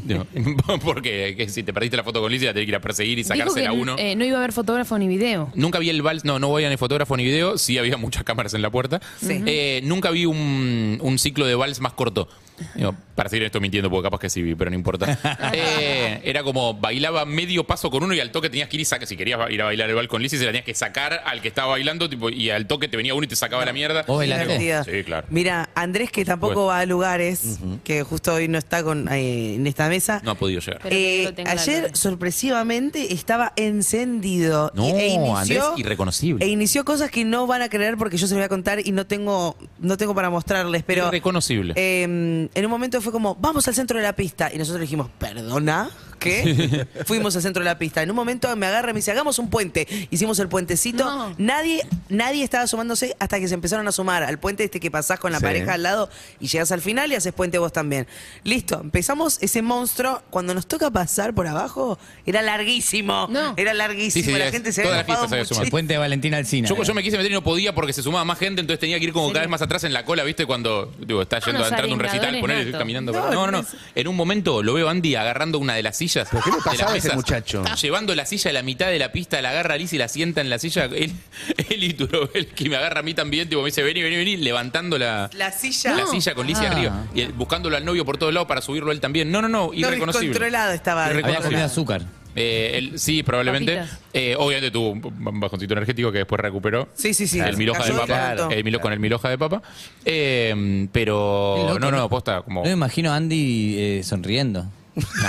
Digo, Porque que si te perdiste la foto con Lizzie, la tenés que ir a perseguir y Dijo que sacársela a uno. eh, no iba a haber fotógrafo ni video. Nunca vi el vals, no, no había ni fotógrafo ni video, sí había muchas cámaras en la puerta. Eh, nunca vi un, un ciclo de vals más corto. Digo, para seguir esto mintiendo, porque capaz que sí vi, pero no importa. Eh, era como bailaba medio paso con uno y al toque tenías que ir y sacar. Si querías ba- ir a bailar el vals con Lizzie, se la tenías que sacar al que estaba bailando tipo, y al toque te venía uno y te sacaba la mierda. ¿Vos bailaste? Divertida. Sí, claro. Mira, Andrés, que tampoco Bueno. va a lugares, que justo hoy no está con, eh, en esta mesa. No ha podido llegar. Eh, ayer, sorpresivamente, estaba encendido. y- e inició, irreconocible. e inició cosas que no van a creer porque yo se lo voy a contar y no tengo, no tengo para mostrarles, pero. Irreconocible. eh, en un momento fue como, vamos al centro de la pista. Y nosotros dijimos, perdona, ¿qué? Fuimos al centro de la pista. En un momento me agarra y me dice, hagamos un puente. Hicimos el puentecito. Nadie, nadie estaba asomándose hasta que se empezaron a asomar al puente este que pasás con la Sí. pareja al lado y llegas al final y haces puente vos también. Listo, empezamos ese monstruo. Cuando nos toca pasar por abajo, era larguísimo. Era larguísimo. la gente se había fiesta agafado se había sumado. El puente de Valentín Alcina. Yo, yo me quise meter y no podía porque se sumaba más gente, entonces tenía que ir como cada vez más atrás en la cola, ¿viste? Cuando digo, está yendo, Unos entrando a un recital, arengadores poner natos. caminando. No, No, no, no, no es- En un momento lo veo a Andy agarrando una de las sillas. ¿Pero qué le pasaba a ese muchacho? Llevando la silla a la mitad de la pista, la agarra a Liz y la sienta en la silla. Él, él y Turobel, que me agarra a mí también, tipo, me dice, vení, vení, vení, levantando la. La silla. La silla con Lizzie Ah. arriba. Y él- buscándolo al novio por todos lados para subirlo él también. No, no, no, irreconocible. descontrolado estaba. Irreconocible. Había comido azúcar. Eh, él- sí, probablemente. Papitas. Eh, obviamente tuvo un un bajoncito energético que después recuperó. Sí, sí, sí. El miloja de Cayó papa. tanto. El milo- con el miloja de papa. Eh, pero. Qué loco, no, no, ¿no? posta, como. No me imagino a Andy eh, sonriendo.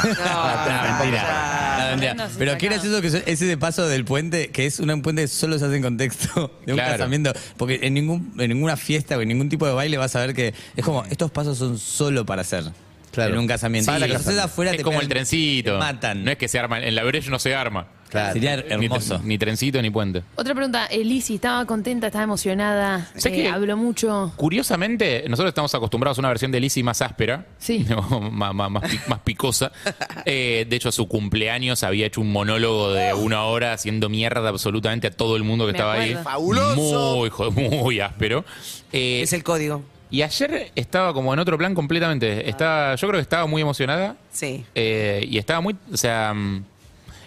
No, mentira. Ah, No, mentira. Sonriendo Pero qué gracioso que so- ese de paso del puente, que es una- un puente que solo se hace en contexto de un Claro. casamiento. Porque en, ningún, en ninguna fiesta o en ningún tipo de baile vas a ver que es como, estos pasos son solo para hacer. Claro. En un casamiento. Para Si los haces casamiento. afuera es te como pegan- el trencito. te matan. No es que se arma. En la brecha no se arma. Claro. Sería hermoso. Ni, tren- ni trencito ni puente. Otra pregunta, eh, Lizzy, ¿estaba contenta? ¿Estaba emocionada? Sé Eh, que- ¿Habló mucho? Curiosamente, nosotros estamos acostumbrados a una versión de Lizzie más áspera, no, más, más- más pi- más picosa. Eh, de hecho, a su cumpleaños había hecho un monólogo de una hora haciendo mierda absolutamente a todo el mundo que Oh. Me estaba ahí. acuerdo. Fabuloso. Muy, jo- muy áspero. Eh, Es el código. y ayer estaba como en otro plan completamente. Estaba, yo creo que estaba muy emocionada. Sí. Eh, y estaba muy. O sea. mm,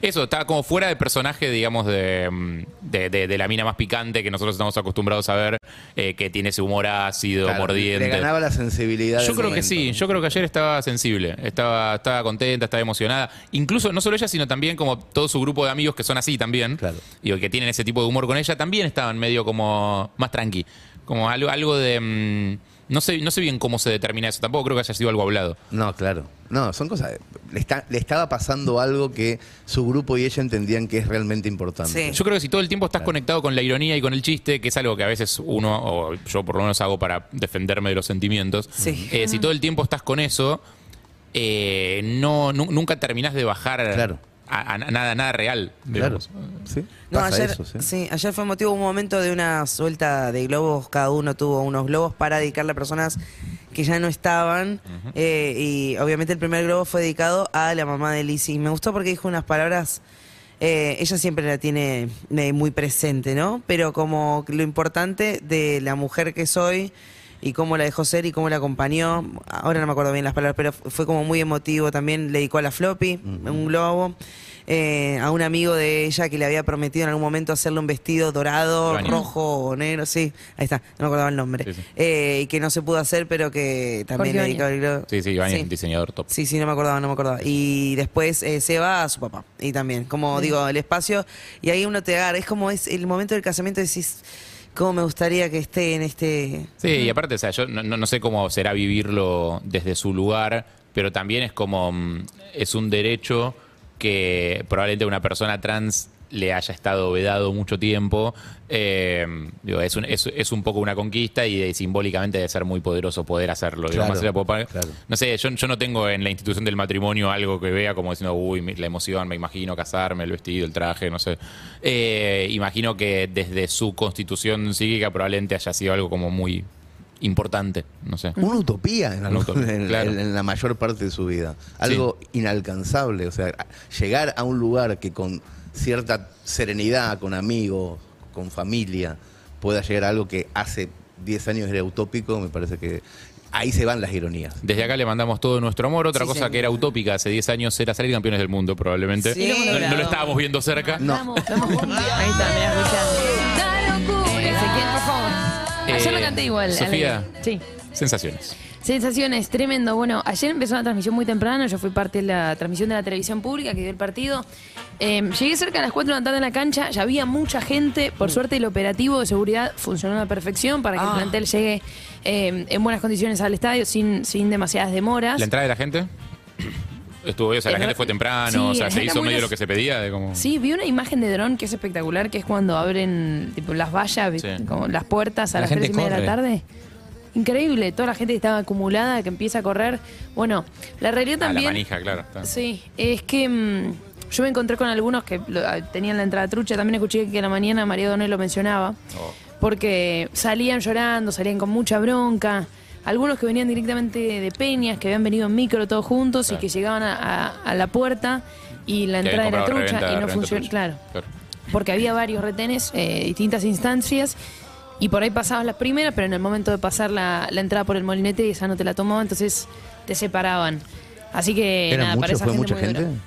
Eso, estaba como fuera de personaje, digamos, de, mm, de, de- de la mina más picante que nosotros estamos acostumbrados a ver, eh, que tiene ese humor ácido, Claro, mordiente. Le ganaba la sensibilidad. Yo del creo que momento. sí, yo creo que ayer estaba sensible, estaba, estaba contenta, estaba emocionada. Incluso no solo ella, sino también como todo su grupo de amigos que son así también, y que tienen ese tipo de humor con ella, también estaban medio como más tranqui, como algo, algo de... mm, no sé, no sé bien cómo se determina eso, tampoco creo que haya sido algo hablado. No, claro. No, son cosas. Le, está- le estaba pasando algo que su grupo y ella entendían que es realmente importante. Yo creo que si todo el tiempo estás conectado con la ironía y con el chiste, que es algo que a veces uno, o yo por lo menos hago para defenderme de los sentimientos, Sí. eh, si todo el tiempo estás con eso, eh, no, nu- nunca terminás de bajar a, a nada, nada real. Claro. digamos. Sí. No, Pasa ayer, eso, sí. ayer fue motivo un momento de una suelta de globos, cada uno tuvo unos globos para dedicarle a personas que ya no estaban eh, y obviamente el primer globo fue dedicado a la mamá de Lizzie. Y me gustó porque dijo unas palabras, eh, ella siempre la tiene eh, muy presente, ¿no? Pero como lo importante de la mujer que soy y cómo la dejó ser y cómo la acompañó, ahora no me acuerdo bien las palabras, pero fue como muy emotivo también, le dedicó a la floppy, un globo eh, a un amigo de ella que le había prometido en algún momento hacerle un vestido dorado, Lo animo. rojo o negro, sí, ahí está, no me acordaba el nombre, Eh, y que no se pudo hacer, pero que también Jorge le dedicó el globo. Sí, sí, Iván es Sí. un diseñador top. Sí, sí, no me acordaba, no me acordaba. Y después eh, se va a su papá. Y también, como Mm. digo, el espacio. Y ahí uno te agarra. Es como es el momento del casamiento. Decís, ¿cómo me gustaría que esté en este. Sí, y aparte, o sea, yo no, no- no sé cómo será vivirlo desde su lugar, pero también es como, mm, es un derecho que probablemente una persona trans le haya estado vedado mucho tiempo. Eh, digo, es, un, es, es un poco una conquista y de- simbólicamente debe ser muy poderoso poder hacerlo. Digo, Claro, más allá de poder- No sé, yo, yo no tengo en la institución del matrimonio algo que vea como diciendo, uy, mi- la emoción, me imagino casarme, el vestido, el traje, no sé. Eh, imagino que desde su constitución psíquica probablemente haya sido algo como muy importante, no sé. Una utopía en, algún- utopía, en- claro. en- en la mayor parte de su vida. Algo inalcanzable. O sea, a- llegar a un lugar que con cierta serenidad, con amigos, con familia, pueda llegar a algo que hace 10 años era utópico, me parece que ahí se van las ironías. Desde acá le mandamos todo nuestro amor. Otra Sí, cosa señor. que era utópica hace 10 años era salir campeones del mundo, probablemente. Sí. No- no, lo estábamos viendo cerca. No. Ahí está, mirá, escuchá. Eh, Ezequiel, por favor. Ayer lo Eh, canté igual. Sofía. Ale. Sí. Sensaciones. Sensaciones, tremendo. Bueno, ayer empezó una transmisión muy temprano, yo fui parte de la transmisión de la televisión pública que dio el partido. Eh, llegué cerca de las 4 de la tarde en la cancha, ya había mucha gente, por suerte el operativo de seguridad funcionó a la perfección para que Mm. Ah. el plantel llegue eh, en buenas condiciones al estadio sin, sin demasiadas demoras. La entrada de la gente estuvo bien, o sea, la Eh, gente no- fue temprano, sí, o sea, la se gente hizo muy medio des- lo que se pedía. De como... Sí, vi una imagen de dron que es espectacular, que es cuando abren tipo, las vallas, vi- Sí. como las puertas a La las gente 3 y media de la corre. tarde. Increíble, toda la gente que estaba acumulada, que empieza a correr. Bueno, la realidad Ah, la también... manija, claro. está. Sí, es que mm, yo me encontré con algunos que lo- ah, tenían la entrada trucha. También escuché que en la mañana María Donel lo mencionaba. Oh. Porque salían llorando, salían con mucha bronca. Algunos que venían directamente de Peñas, que habían venido en micro todos juntos y Claro. que llegaban a, a- a la puerta y la Que habían entrada era comprado trucha reventa- y no reventa funcionó. trucha. Claro, Claro. porque había varios retenes, eh, distintas instancias. Y por ahí pasabas las primeras, pero en el momento de pasar la, la entrada por el molinete, esa no te la tomaba, entonces te separaban. Así que ¿Era nada, para mucho? esa ¿Fue gente mucha muy duro. gente?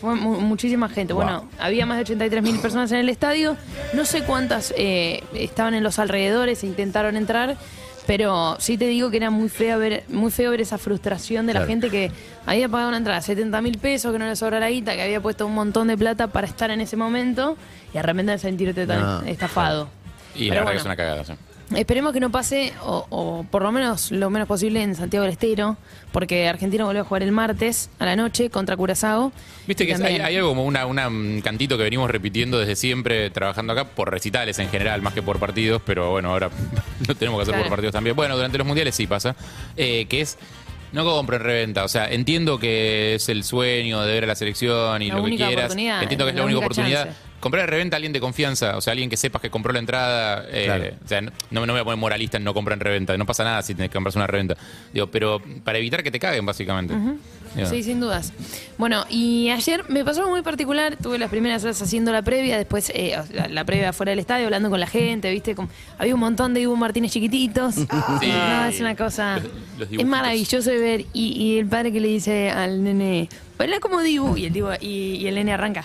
Fue mu- muchísima gente. Wow. Bueno, había más de 83 mil personas en el estadio. No sé cuántas eh, estaban en los alrededores e intentaron entrar, pero sí te digo que era muy feo ver, muy feo ver esa frustración de la Claro. gente que había pagado una entrada, 70 mil pesos, que no le sobra la guita, que había puesto un montón de plata para estar en ese momento y de repente sentirte tan No. estafado. Y Pero la verdad que bueno. es una cagada. sí. Esperemos que no pase, o, o por lo menos lo menos posible en Santiago del Estero, porque Argentina volvió a jugar el martes a la noche contra Curazao. Viste Y que es- hay, también- hay algo como una, una, mm, cantito que venimos repitiendo desde siempre trabajando acá por recitales en general, más que por partidos, pero bueno, ahora lo tenemos que hacer Claro. por partidos también. Bueno, durante los mundiales sí pasa, eh, que es no compro en reventa, o sea, entiendo que es el sueño de ver a la selección y La lo que única quieras, oportunidad, entiendo que es la, la única, única oportunidad. chance. Comprar en reventa a alguien de confianza, o sea, alguien que sepas que compró la entrada. eh, O sea, no, no me voy a poner moralista en no comprar en reventa, no pasa nada si tenés que comprarse una reventa. Digo, pero para evitar que te caguen, básicamente. Ujú. Digo, Sí, sin dudas. Bueno, y ayer me pasó algo muy particular. Tuve las primeras horas haciendo la previa, después eh, o sea, la previa fuera del estadio, hablando con la gente, ¿viste? Como- había un montón de Dibu Martínez chiquititos. No, es una cosa. los Es dibujitos. maravilloso de ver. Y, y el padre que le dice al nene, baila como Dibu. Y el, Dibu- y, y el nene arranca.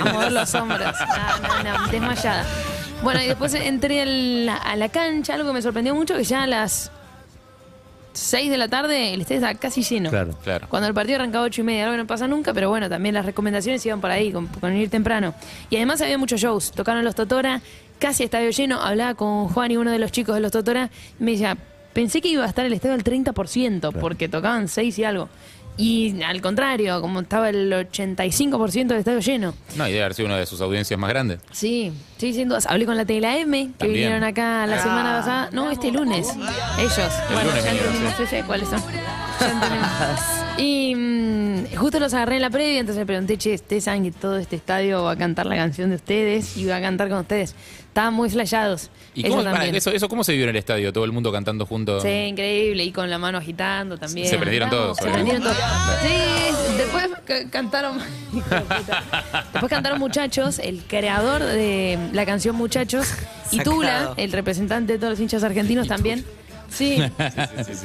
A mover los hombros. No, no, no, desmayada. Bueno, y después entré al- a la, cancha, algo que me sorprendió mucho, que ya a las 6 de la tarde el estadio estaba casi lleno. claro. Cuando el partido arrancaba ocho y media, algo que no pasa nunca, pero bueno, también las recomendaciones iban por ahí, con, con ir temprano. Y además había muchos shows, tocaron los Totora, casi estadio lleno, hablaba con Juan y uno de los chicos de los Totora, y me decía, pensé que iba a estar el estadio al 30%, porque tocaban seis y algo. Y al contrario, como estaba el 85% del estadio lleno. No, y debe haber sido una de sus audiencias más grandes. Sí, sí, sin dudas. Hablé con la T y la M, que También. vinieron acá la Ah. semana pasada. No, este lunes. Ellos. El bueno, lunes ya vinieron, entendimos, sí. yo sé cuáles son. Ya entendimos. Y mm, justo los agarré en la previa, entonces le pregunté, che, ¿ustedes saben que todo este estadio va a cantar la canción de ustedes y va a cantar con ustedes? Estaban muy flashados. ¿Y Ellos cómo, pará, también. eso, eso cómo se vivió en el estadio? Todo el mundo cantando juntos. Sí, increíble. Y con la mano agitando también. Se prendieron todos, Se obviamente. prendieron todos. Sí, después ca- cantaron. Después cantaron Muchachos, el creador de la canción Muchachos, y Sacado. Tula, el representante de todos los hinchas argentinos también. Sí.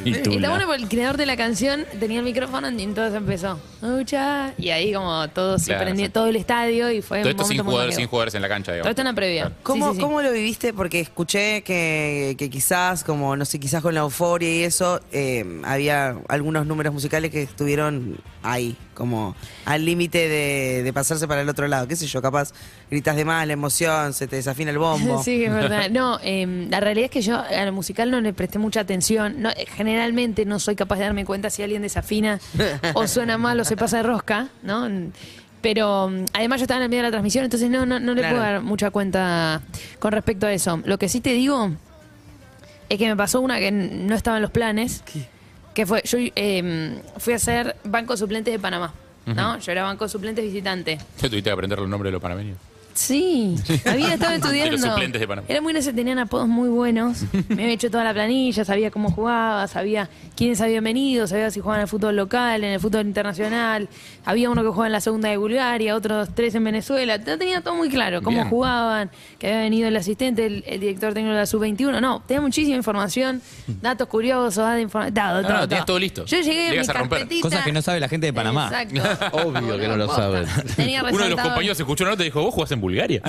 Y tú, Y está ¿no? bueno porque el creador de la canción tenía el micrófono y entonces empezó. "Mucha", Y ahí como todo se Claro, prendió, sí. todo el estadio y fue Todo un esto sin momento muy jugadores, mágico. sin jugadores en la cancha, Todo digamos. esto en la previa. Sí, ¿Cómo, sí, sí. cómo lo viviste? Porque escuché que, que quizás, como no sé, quizás con la euforia y eso, eh, había algunos números musicales que estuvieron ahí, como al límite de, de pasarse para el otro lado. ¿Qué sé yo? Capaz gritas de más, la emoción, se te desafina el bombo. Sí, es verdad. No, em, la realidad es que yo al musical no le presté mucha atención. No, eh, generalmente no soy capaz de darme cuenta si alguien desafina o suena mal o se pasa de rosca, ¿no? Pero mm, además yo estaba en el medio de la transmisión, entonces no, no, no le Claro. puedo dar mucha cuenta con respecto a eso. Lo que sí te digo es que me pasó una que n- no estaba en los planes, que fue, yo em, fui a ser banco suplente de Panamá, ¿no? Ujú. Yo era banco suplente visitante. Yo tuviste que aprender los nombres de los panameños. Sí, había estado De los estudiando. suplentes de Panamá. Era muy necesario, tenían apodos muy buenos. Me había hecho toda la planilla, sabía cómo jugaba, sabía quiénes habían venido, sabía si jugaban en el fútbol local, en el fútbol internacional. Había uno que jugaba en la segunda de Bulgaria, otros tres en Venezuela. Ya Tenía todo muy claro, cómo Bien. jugaban, que había venido el asistente, el, el director técnico de la sub-21. No, tenía muchísima información, datos curiosos, data informa- Ah, dado, No, todo, no, tenías todo. todo listo. Yo llegué Llegas mi a romper. carpetita. Cosas que no sabe la gente de Panamá. Exacto. Obvio que no lo saben. Tenía Uno de los resaltado- compañeros escuchó una nota y dijo, vos jugás en Bulgaria.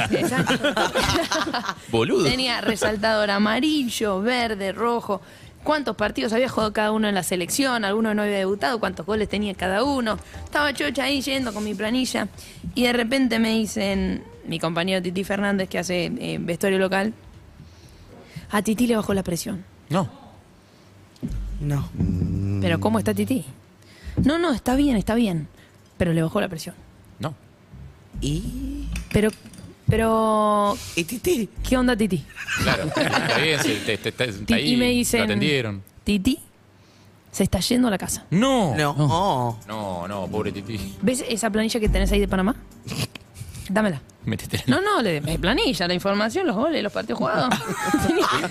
Boludo. Tenía resaltador amarillo, verde, rojo. ¿Cuántos partidos había jugado cada uno en la selección? ¿Alguno no había debutado? ¿Cuántos goles tenía cada uno? Estaba chocha ahí yendo con mi planilla. Y de repente me dicen, mi compañero Titi Fernández, que hace eh, vestuario local, a Titi le bajó la presión. No. Mm. ¿Pero cómo está Titi? No, no, está bien, está bien. Pero le bajó la presión. No. ¿Y? Pero, pero... ¿Y Titi? ¿Qué onda Titi? Claro. Está bien, sí, te- te- te- está ahí. y me dicen- Lo atendieron. Titi se está yendo a la casa. No. No. Oh. No, no, pobre Titi. ¿Ves esa planilla que tenés ahí de Panamá? Dámela. Métete. No, no, le me planilla, la información, los goles, los partidos jugados.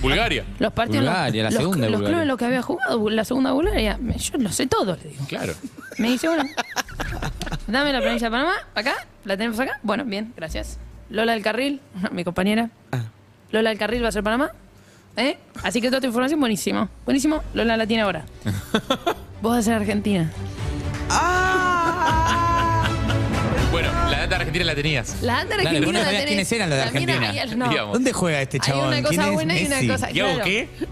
Bulgaria. Los partidos. Bulgaria, la los, segunda los, los Bulgaria. clubes en los que había jugado, la segunda Bulgaria. Me- Yo lo sé todo, le digo. Claro. Me dice, bueno, dame la planilla de Panamá, acá, la tenemos acá. Bueno, bien, gracias. Lola del Carril, mi compañera. Ah. Lola del Carril va a ser Panamá. ¿Eh? Así que toda tu información, buenísimo. Buenísimo, Lola la tiene ahora. Vos vas a ser Argentina. Ah. Bueno, la data argentina la tenías. La data Claro, argentina vos no la sabías tenés. quiénes eran los de La mina, Argentina. hay al- no. Digamos. ¿Dónde juega este chabón? una cosa ¿Quién es buena y una Messi? ¿Eh? cosa- ¿Y hago Ah,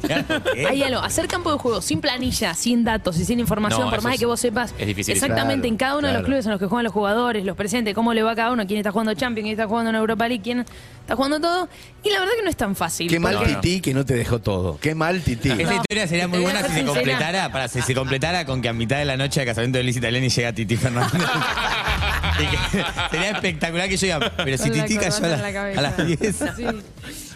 claro. qué? Hay algo, hacer campo de juego sin planilla, sin datos y sin información, No, por eso más de es- que vos sepas es difícil. exactamente Claro, en cada uno de los claro. clubes en los que juegan los jugadores, los presentes, cómo le va a cada uno, quién está jugando Champions, quién está jugando en Europa League, quién está jugando todo. Y la verdad que no es tan fácil. Qué mal porque- Tití que no te dejó todo. Qué mal Tití. Esa historia sería muy Te voy a buena ser si se sincera. completara, para, si se completara con que a mitad de la noche de casamiento de Liz Italiani llega Titi Fernández. Y que sería espectacular que yo diga, pero si Con la Titi cayó a, corbata la- en la a cabeza. las 10. Sí.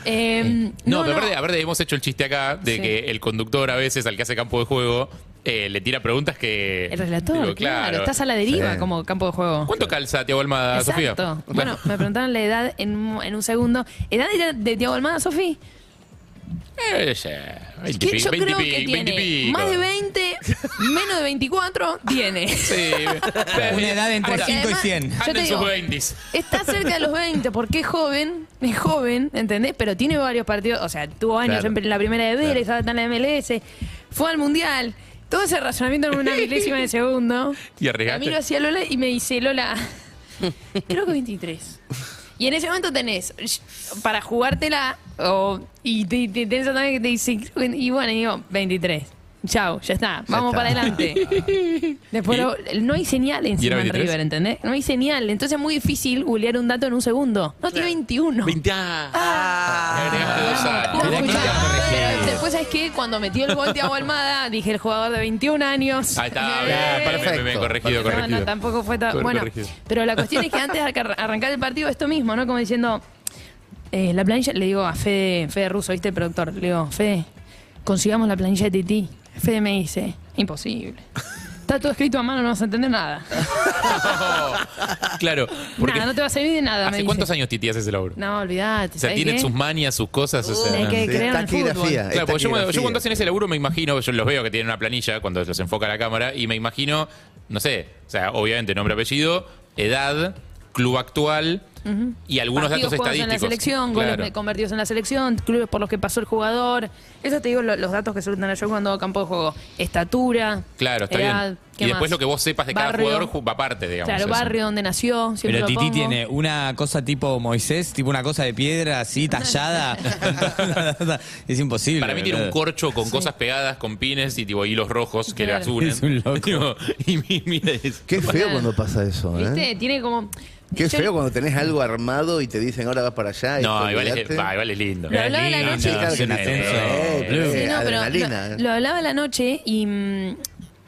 Eh, No, no, pero no. aparte, aparte hemos hecho el chiste acá de Sí. que el conductor a veces al que hace campo de juego eh, le tira preguntas que. El relator, Digo, claro, Estás a la deriva Sí. como campo de juego. ¿Cuánto calza Tiago Almada, Ah, Sofía? Exacto. Bueno, me preguntaron la edad en, un- en un segundo. ¿Edad de, de Tiago Almada, Sofi? Eh, ya, 20 Que pi- yo 20 creo pi- que 20 tiene pico. más de 20, menos de 24, tiene. Sí. Una edad entre Porque 5 y además, 100. yo te Anda en digo, sus 20s. Está cerca de los 20 porque es joven, es joven, ¿entendés? Pero tiene varios partidos, o sea, tuvo años Claro. en la primera de Vélez, ahora está en la MLS, fue al Mundial. Todo ese razonamiento en una milésima de segundo. Y La arriesgaste. miro hacia Lola y me dice, Lola, creo que 23. Y en ese momento tenés, sh- para jugártela, o, y te, te- tenés otra vez que te dice, creo que- y bueno, y digo, 23. Chao, ya está, vamos está. para adelante. Después ¿Y? lo- no hay señal encima en 23? River, ¿entendés? No hay señal, entonces es muy difícil googlear un dato en un segundo. No, tiene 21. 20 Ah. Pero después, ¿sabes qué? Cuando metió el gol de Agua Almada, dije el jugador de 21 años. Ahí está, bien, bien, bien, bien, corregido, No, no, corregido. tampoco fue tan. Cor- Bueno, corregido. pero la cuestión es que antes de arca- arrancar el partido, esto mismo, ¿no? Como diciendo, eh, la planilla, le digo a Fede, Fede Russo, ¿viste el productor? Le digo, Fede, consigamos la planilla de Titi. Fede me dice, imposible. Está todo escrito a mano, no vas a entender nada. Claro. Porque Nada, no te va a servir de nada. me ¿Hace dice. cuántos años Titi hace ese laburo? No, olvidate. O sea, ¿sabés tienen qué? sus manias, sus cosas. O sea, Hay que creer en el fútbol. Claro, porque yo, me- yo taquigrafía. cuando hacen ese laburo me imagino, yo los veo que tienen una planilla cuando los enfoca la cámara, y me imagino, no sé, o sea, obviamente nombre, apellido, edad, club actual Ujú. y algunos Partidos, datos juegos en la estadísticos. selección, Claro. goles convertidos en la selección, clubes por los que pasó el jugador. Eso te digo lo- los datos que suelen tener yo cuando hago campo de juego. Estatura. Claro, está edad, bien. ¿qué Y después más? lo que vos sepas de cada Barrio. jugador ju- va aparte, digamos. Claro, eso. barrio donde nació. Siempre Pero lo Titi pongo. ¿Eh? tiene una cosa tipo Moisés, tipo una cosa de piedra así tallada. es imposible. Para mí tiene un boludo. corcho con cosas pegadas, con pines y tipo hilos rojos que Claro. las unen. Es un loco. y mi- mira eso. Qué feo Claro. cuando pasa eso, ¿eh? ¿Viste? Tiene como. Qué yo- feo cuando tenés algo armado y te dicen ahora vas para allá. No, igual es, olvidate. va, igual es lindo. Lo hablaba la noche. Claro que sí. Eh, Blue. eh, Sí, no, pero adrenalina. lo, lo hablaba la noche y. mm,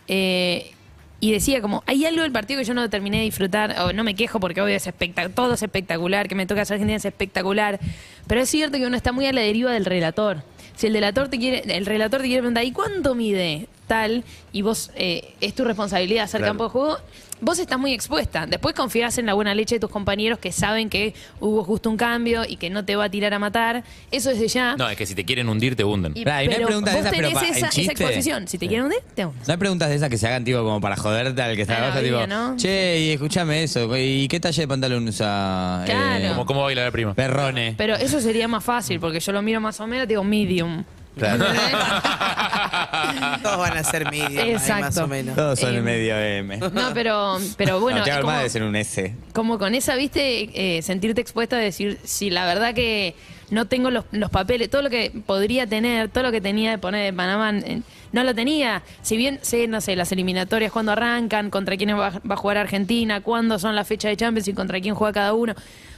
eh, y decía como, hay algo del partido que yo no terminé de disfrutar, o no me quejo porque obvio es espectac- todo es espectacular, que me toca hacer Argentina es espectacular, pero es cierto que uno está muy a la deriva del relator. Si el relator te quiere, el relator te quiere preguntar, ¿y cuánto mide? tal y vos eh, es tu responsabilidad hacer Claro. campo de juego, vos estás muy expuesta. Después confías en la buena leche de tus compañeros que saben que hubo justo un cambio y que no te va a tirar a matar. Eso desde ya. No, es que si te quieren hundir, te hunden. Y- Nah, y no hay pero preguntas de vos esas, pero tenés pa- en esa, esa chiste. exposición. Si te quieren hundir, te hunden. No hay preguntas de esas que se hagan tipo como para joderte al que está Ah, abajo, había, tipo, ¿no? che, y escúchame eso, ¿y qué talle de pantalón usa? eh, Claro. Como, ¿Cómo baila la prima? Perrone. Pero eso sería más fácil porque yo lo miro más o menos, digo medium. Claro. Todos van a ser medium, ahí, más Exacto. Eh, o menos. Todos son en medio M. No, pero, pero bueno, no, te es hago como- más de ser un S. Como con esa, viste, eh, sentirte expuesta a decir, si la verdad que no tengo los, los papeles, todo lo que podría tener, todo lo que tenía de poner de Panamá, eh, no lo tenía. Si bien sé, no sé, las eliminatorias, cuándo arrancan, contra quién va, va a jugar Argentina, cuándo son las fechas de Champions y contra quién juega cada uno.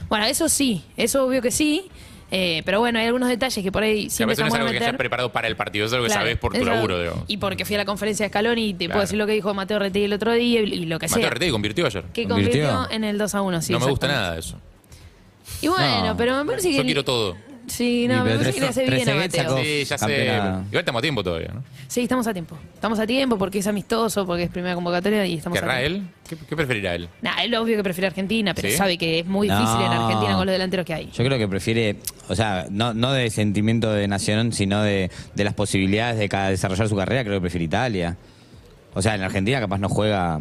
Bueno, eso sí, eso obvio que sí, eh, pero bueno, hay algunos detalles que por ahí Sí, a siempre veces se no es pueden algo que meter. hayas preparado para el partido, es algo que Claro, sabes por tu es algo- laburo, digo. Y porque fui a la conferencia de Escalón y te puedo Claro. decir lo que dijo Mateo Retegi el otro día y, y lo que Mateo sea. Arretegui convirtió ayer. Que convirtió en el 2 a 1, sí. no me gusta exactamente. nada de eso. Y bueno, No. pero me parece que. Yo quiero todo. Sí, no, me parece que le hace bien a Mateo. Sí, ya sé. campeonato. Igual estamos a tiempo todavía, ¿no? Sí, estamos a tiempo. Estamos a tiempo porque es amistoso, porque es primera convocatoria y estamos a ¿Querrá tiempo. él? ¿Qué, qué preferirá él? Nah, él obvio que prefiere Argentina, pero ¿Sí? sabe que es muy difícil en No. Argentina con los delanteros que hay. Yo creo que prefiere, o sea, no, no de sentimiento de nación, sino de, de las posibilidades de cada- desarrollar su carrera, creo que prefiere Italia. O sea, en Argentina capaz no juega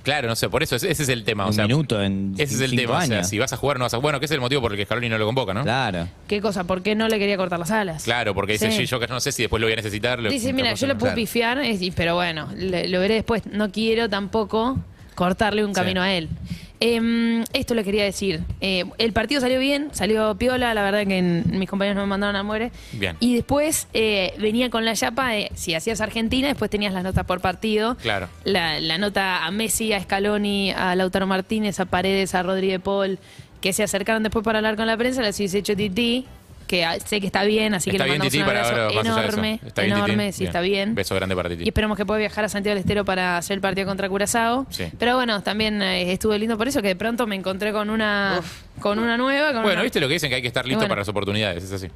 Claro, no sé, por eso es- ese es el tema. o un sea, minuto en ese es el cinco tema. O sea, años. si vas a jugar, no vas a Bueno, que es el motivo por el que Scaloni no lo convoca, ¿no? Claro. ¿Qué cosa? ¿Por qué no le quería cortar las alas? Claro, porque dice, Sí. "Sí, yo que no sé si después lo voy a necesitar. lo- Dice, mira, yo le puedo Claro. pifiar, es- y- pero bueno, le- lo veré después. No quiero tampoco cortarle un camino a él. Em, esto le quería decir. Eh, el partido salió bien, salió piola, la verdad que en- mis compañeros no me mandaron a muere. Bien. Y después eh, venía con la chapa de si hacías Argentina, después tenías las notas por partido. Claro. La, la nota a Messi, a Scaloni, a Lautaro Martínez, a Paredes, a Rodríguez Paul, que se acercaron después para hablar con la prensa, les hubiese hecho Titi, que ah, sé que está bien, así que está le bien, mandamos Titi, un para abrazo ahora, más allá de eso. enorme, Está bien, enorme, Titi. sí, está bien. Beso grande para Titi. Y esperemos que pueda viajar a Santiago del Estero para hacer el partido contra Curazao. Sí. Pero bueno, también eh, estuvo lindo por eso que de pronto me encontré con una con una nueva. Con Bueno, una- viste lo que dicen, que hay que estar listo Bueno. para las oportunidades, es así.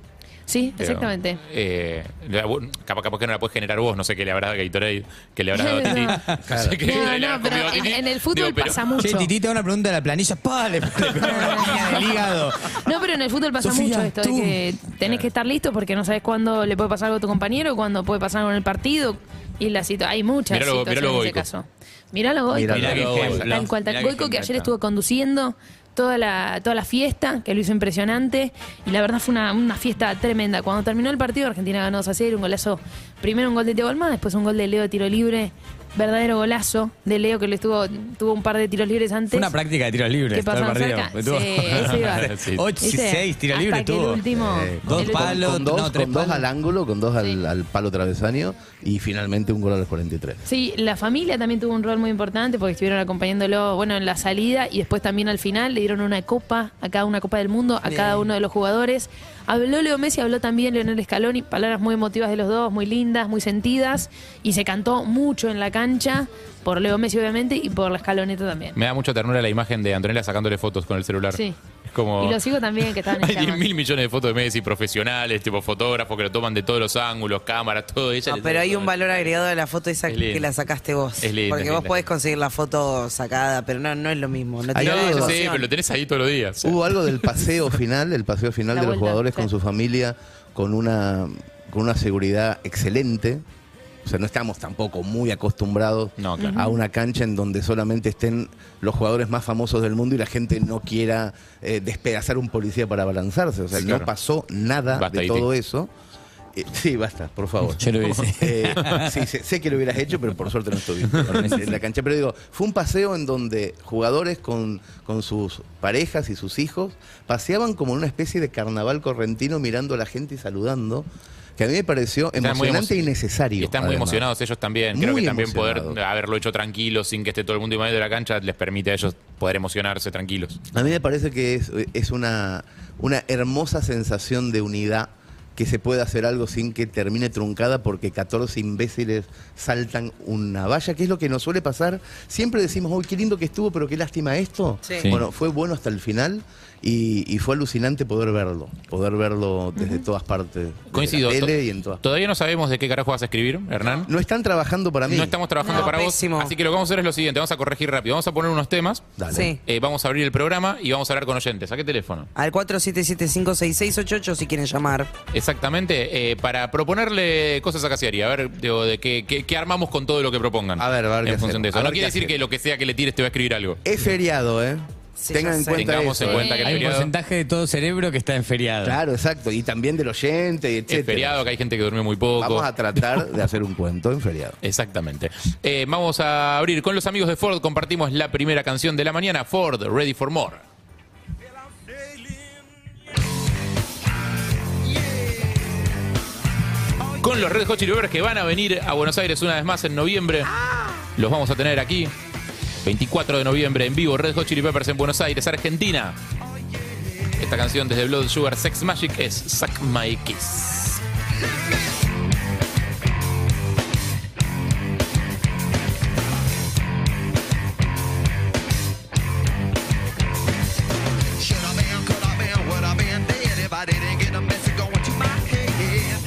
Sí, Pero, exactamente. eh, la- bu- capaz, capaz que no la puedes generar vos, no sé qué le habrás dado a Gatorade, que le habrás dado a Titi. No. No sé qué No, le no, pero habrás comido a en, Titi. en el fútbol Digo, pero- pasa mucho. Che, Titita, una pregunta de la planilla. ¡Pah! Le, le pego una línea del hígado. No, pero en el fútbol pasa Sofía, mucho esto de tú. que tenés que estar listo porque no sabes cuándo le puede pasar algo a tu compañero, cuándo puede pasar algo en el partido. Y la cita, hay muchas Mirá lo- situaciones mirá lo en ese Goico. caso. Mirá lo Goico. Mirá Mirá lo qué Goico. ejemplo. Tal cual, tal- Mirá qué Goico que ejemplo ayer está. estuvo conduciendo toda la, toda la fiesta, que lo hizo impresionante. Y la verdad fue una, una fiesta tremenda. Cuando terminó el partido, Argentina ganó 2 a 0, un golazo. Primero un gol de Teo Almada, después un gol de Leo de tiro libre. Verdadero golazo de Leo que le estuvo, tuvo un par de tiros libres antes. Fue una práctica de tiros libres que todo el pasaron partido. cerca. Estuvo- Sí, eso iba. Sí. Ocho, ¿Viste? seis tiros Hasta libres que el tuvo. Eh, último- dos el último- palos, Con dos, no, tres con dos palos. al ángulo, con dos al, al palo travesaño y finalmente un gol a los 43. Sí, la familia también tuvo un rol muy importante porque estuvieron acompañándolo, bueno, en la salida y después también al final le dieron una copa, a cada una copa del mundo, a cada uno de los jugadores. Habló Leo Messi, habló también Leonel Scaloni, palabras muy emotivas de los dos, muy lindas, muy sentidas y se cantó mucho en la cancha por Leo Messi obviamente y por la Scaloneta también. Me da mucha ternura la imagen de Antonella sacándole fotos con el celular. Sí. Es como. Y los hijos también que estaban en Hay 10 llamas. mil millones de fotos de Messi, profesionales, tipo fotógrafos que lo toman de todos los ángulos, cámaras, todo Ah, eso. No, pero hay un valor agregado de la foto esa Es lindo. que la sacaste vos. Es lindo, porque es vos lindo. podés conseguir la foto sacada, pero no, no es lo mismo. No No, tiene la ya sé, emoción. pero lo tenés ahí todos los días. Hubo algo del paseo final, el paseo final La de los vuelta, jugadores con sí. su familia, con una, con una seguridad excelente. O sea, no estamos tampoco muy acostumbrados claro. a una cancha en donde solamente estén los jugadores más famosos del mundo y la gente no quiera eh, despedazar un policía para balanzarse. O sea, Sí, no claro. pasó nada Basta, de Iti. todo eso. Eh, sí, basta, por favor. Yo lo hubiese- Eh, sí, sé, sé que lo hubieras hecho, pero por suerte no estuviste en la cancha. Pero digo, fue un paseo en donde jugadores con, con sus parejas y sus hijos paseaban como en una especie de carnaval correntino mirando a la gente y saludando, que a mí me pareció Están muy emocionante emoci- y necesario. Y están muy además. emocionados ellos también. Creo Muy que también poder emocionados. haberlo hecho tranquilo, sin que esté todo el mundo invadido de la cancha, les permite a ellos poder emocionarse tranquilos. A mí me parece que es, es una, una hermosa sensación de unidad que se pueda hacer algo sin que termine truncada porque 14 imbéciles saltan una valla, que es lo que nos suele pasar. Siempre decimos, uy, qué lindo que estuvo, pero qué lástima esto. Sí. Sí. Bueno, fue bueno hasta el final y, y fue alucinante poder verlo, poder verlo desde todas partes. desde la Coincido. tele to- y en todas Todavía no sabemos de qué carajo vas a escribir, Hernán. No están trabajando para mí. No estamos trabajando para vos. Así que lo que vamos a hacer es lo siguiente: vamos a corregir rápido. Vamos a poner unos temas. Dale. Sí. Eh, vamos a abrir el programa y vamos a hablar con oyentes. ¿A qué teléfono? Al 47756688 si quieren llamar. Exactamente, eh, para proponerle cosas a Casiari, a ver digo, de qué, qué- qué armamos con todo lo que propongan. A ver, qué En función hacemos, de a eso. ver No qué quiere decir hacemos. que lo que sea que le tires te va a escribir algo. Es feriado, ¿eh? Tengan en cuenta Tengamos eso, en ¿eh? cuenta que es Hay un feriado. porcentaje de todo cerebro que está en feriado. Claro, exacto. Y también del oyente, etc. Es feriado, que hay gente que durmió muy poco. Vamos a tratar de hacer un cuento en feriado. Exactamente. Eh, vamos a abrir con los amigos de Ford. Compartimos la primera canción de la mañana, Ford, Ready for More. Con los Red Hot Chili Peppers que van a venir a Buenos Aires una vez más en noviembre. Los vamos a tener aquí. 24 de noviembre en vivo, Red Hot Chili Peppers en Buenos Aires, Argentina. Esta canción desde Blood Sugar Sex Magic es Suck My Kiss. Should I been, could I been, would I been dead if I didn't get a message going to my head?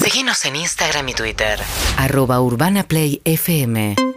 Seguinos en Instagram y Twitter. Arroba Urbana Play FM.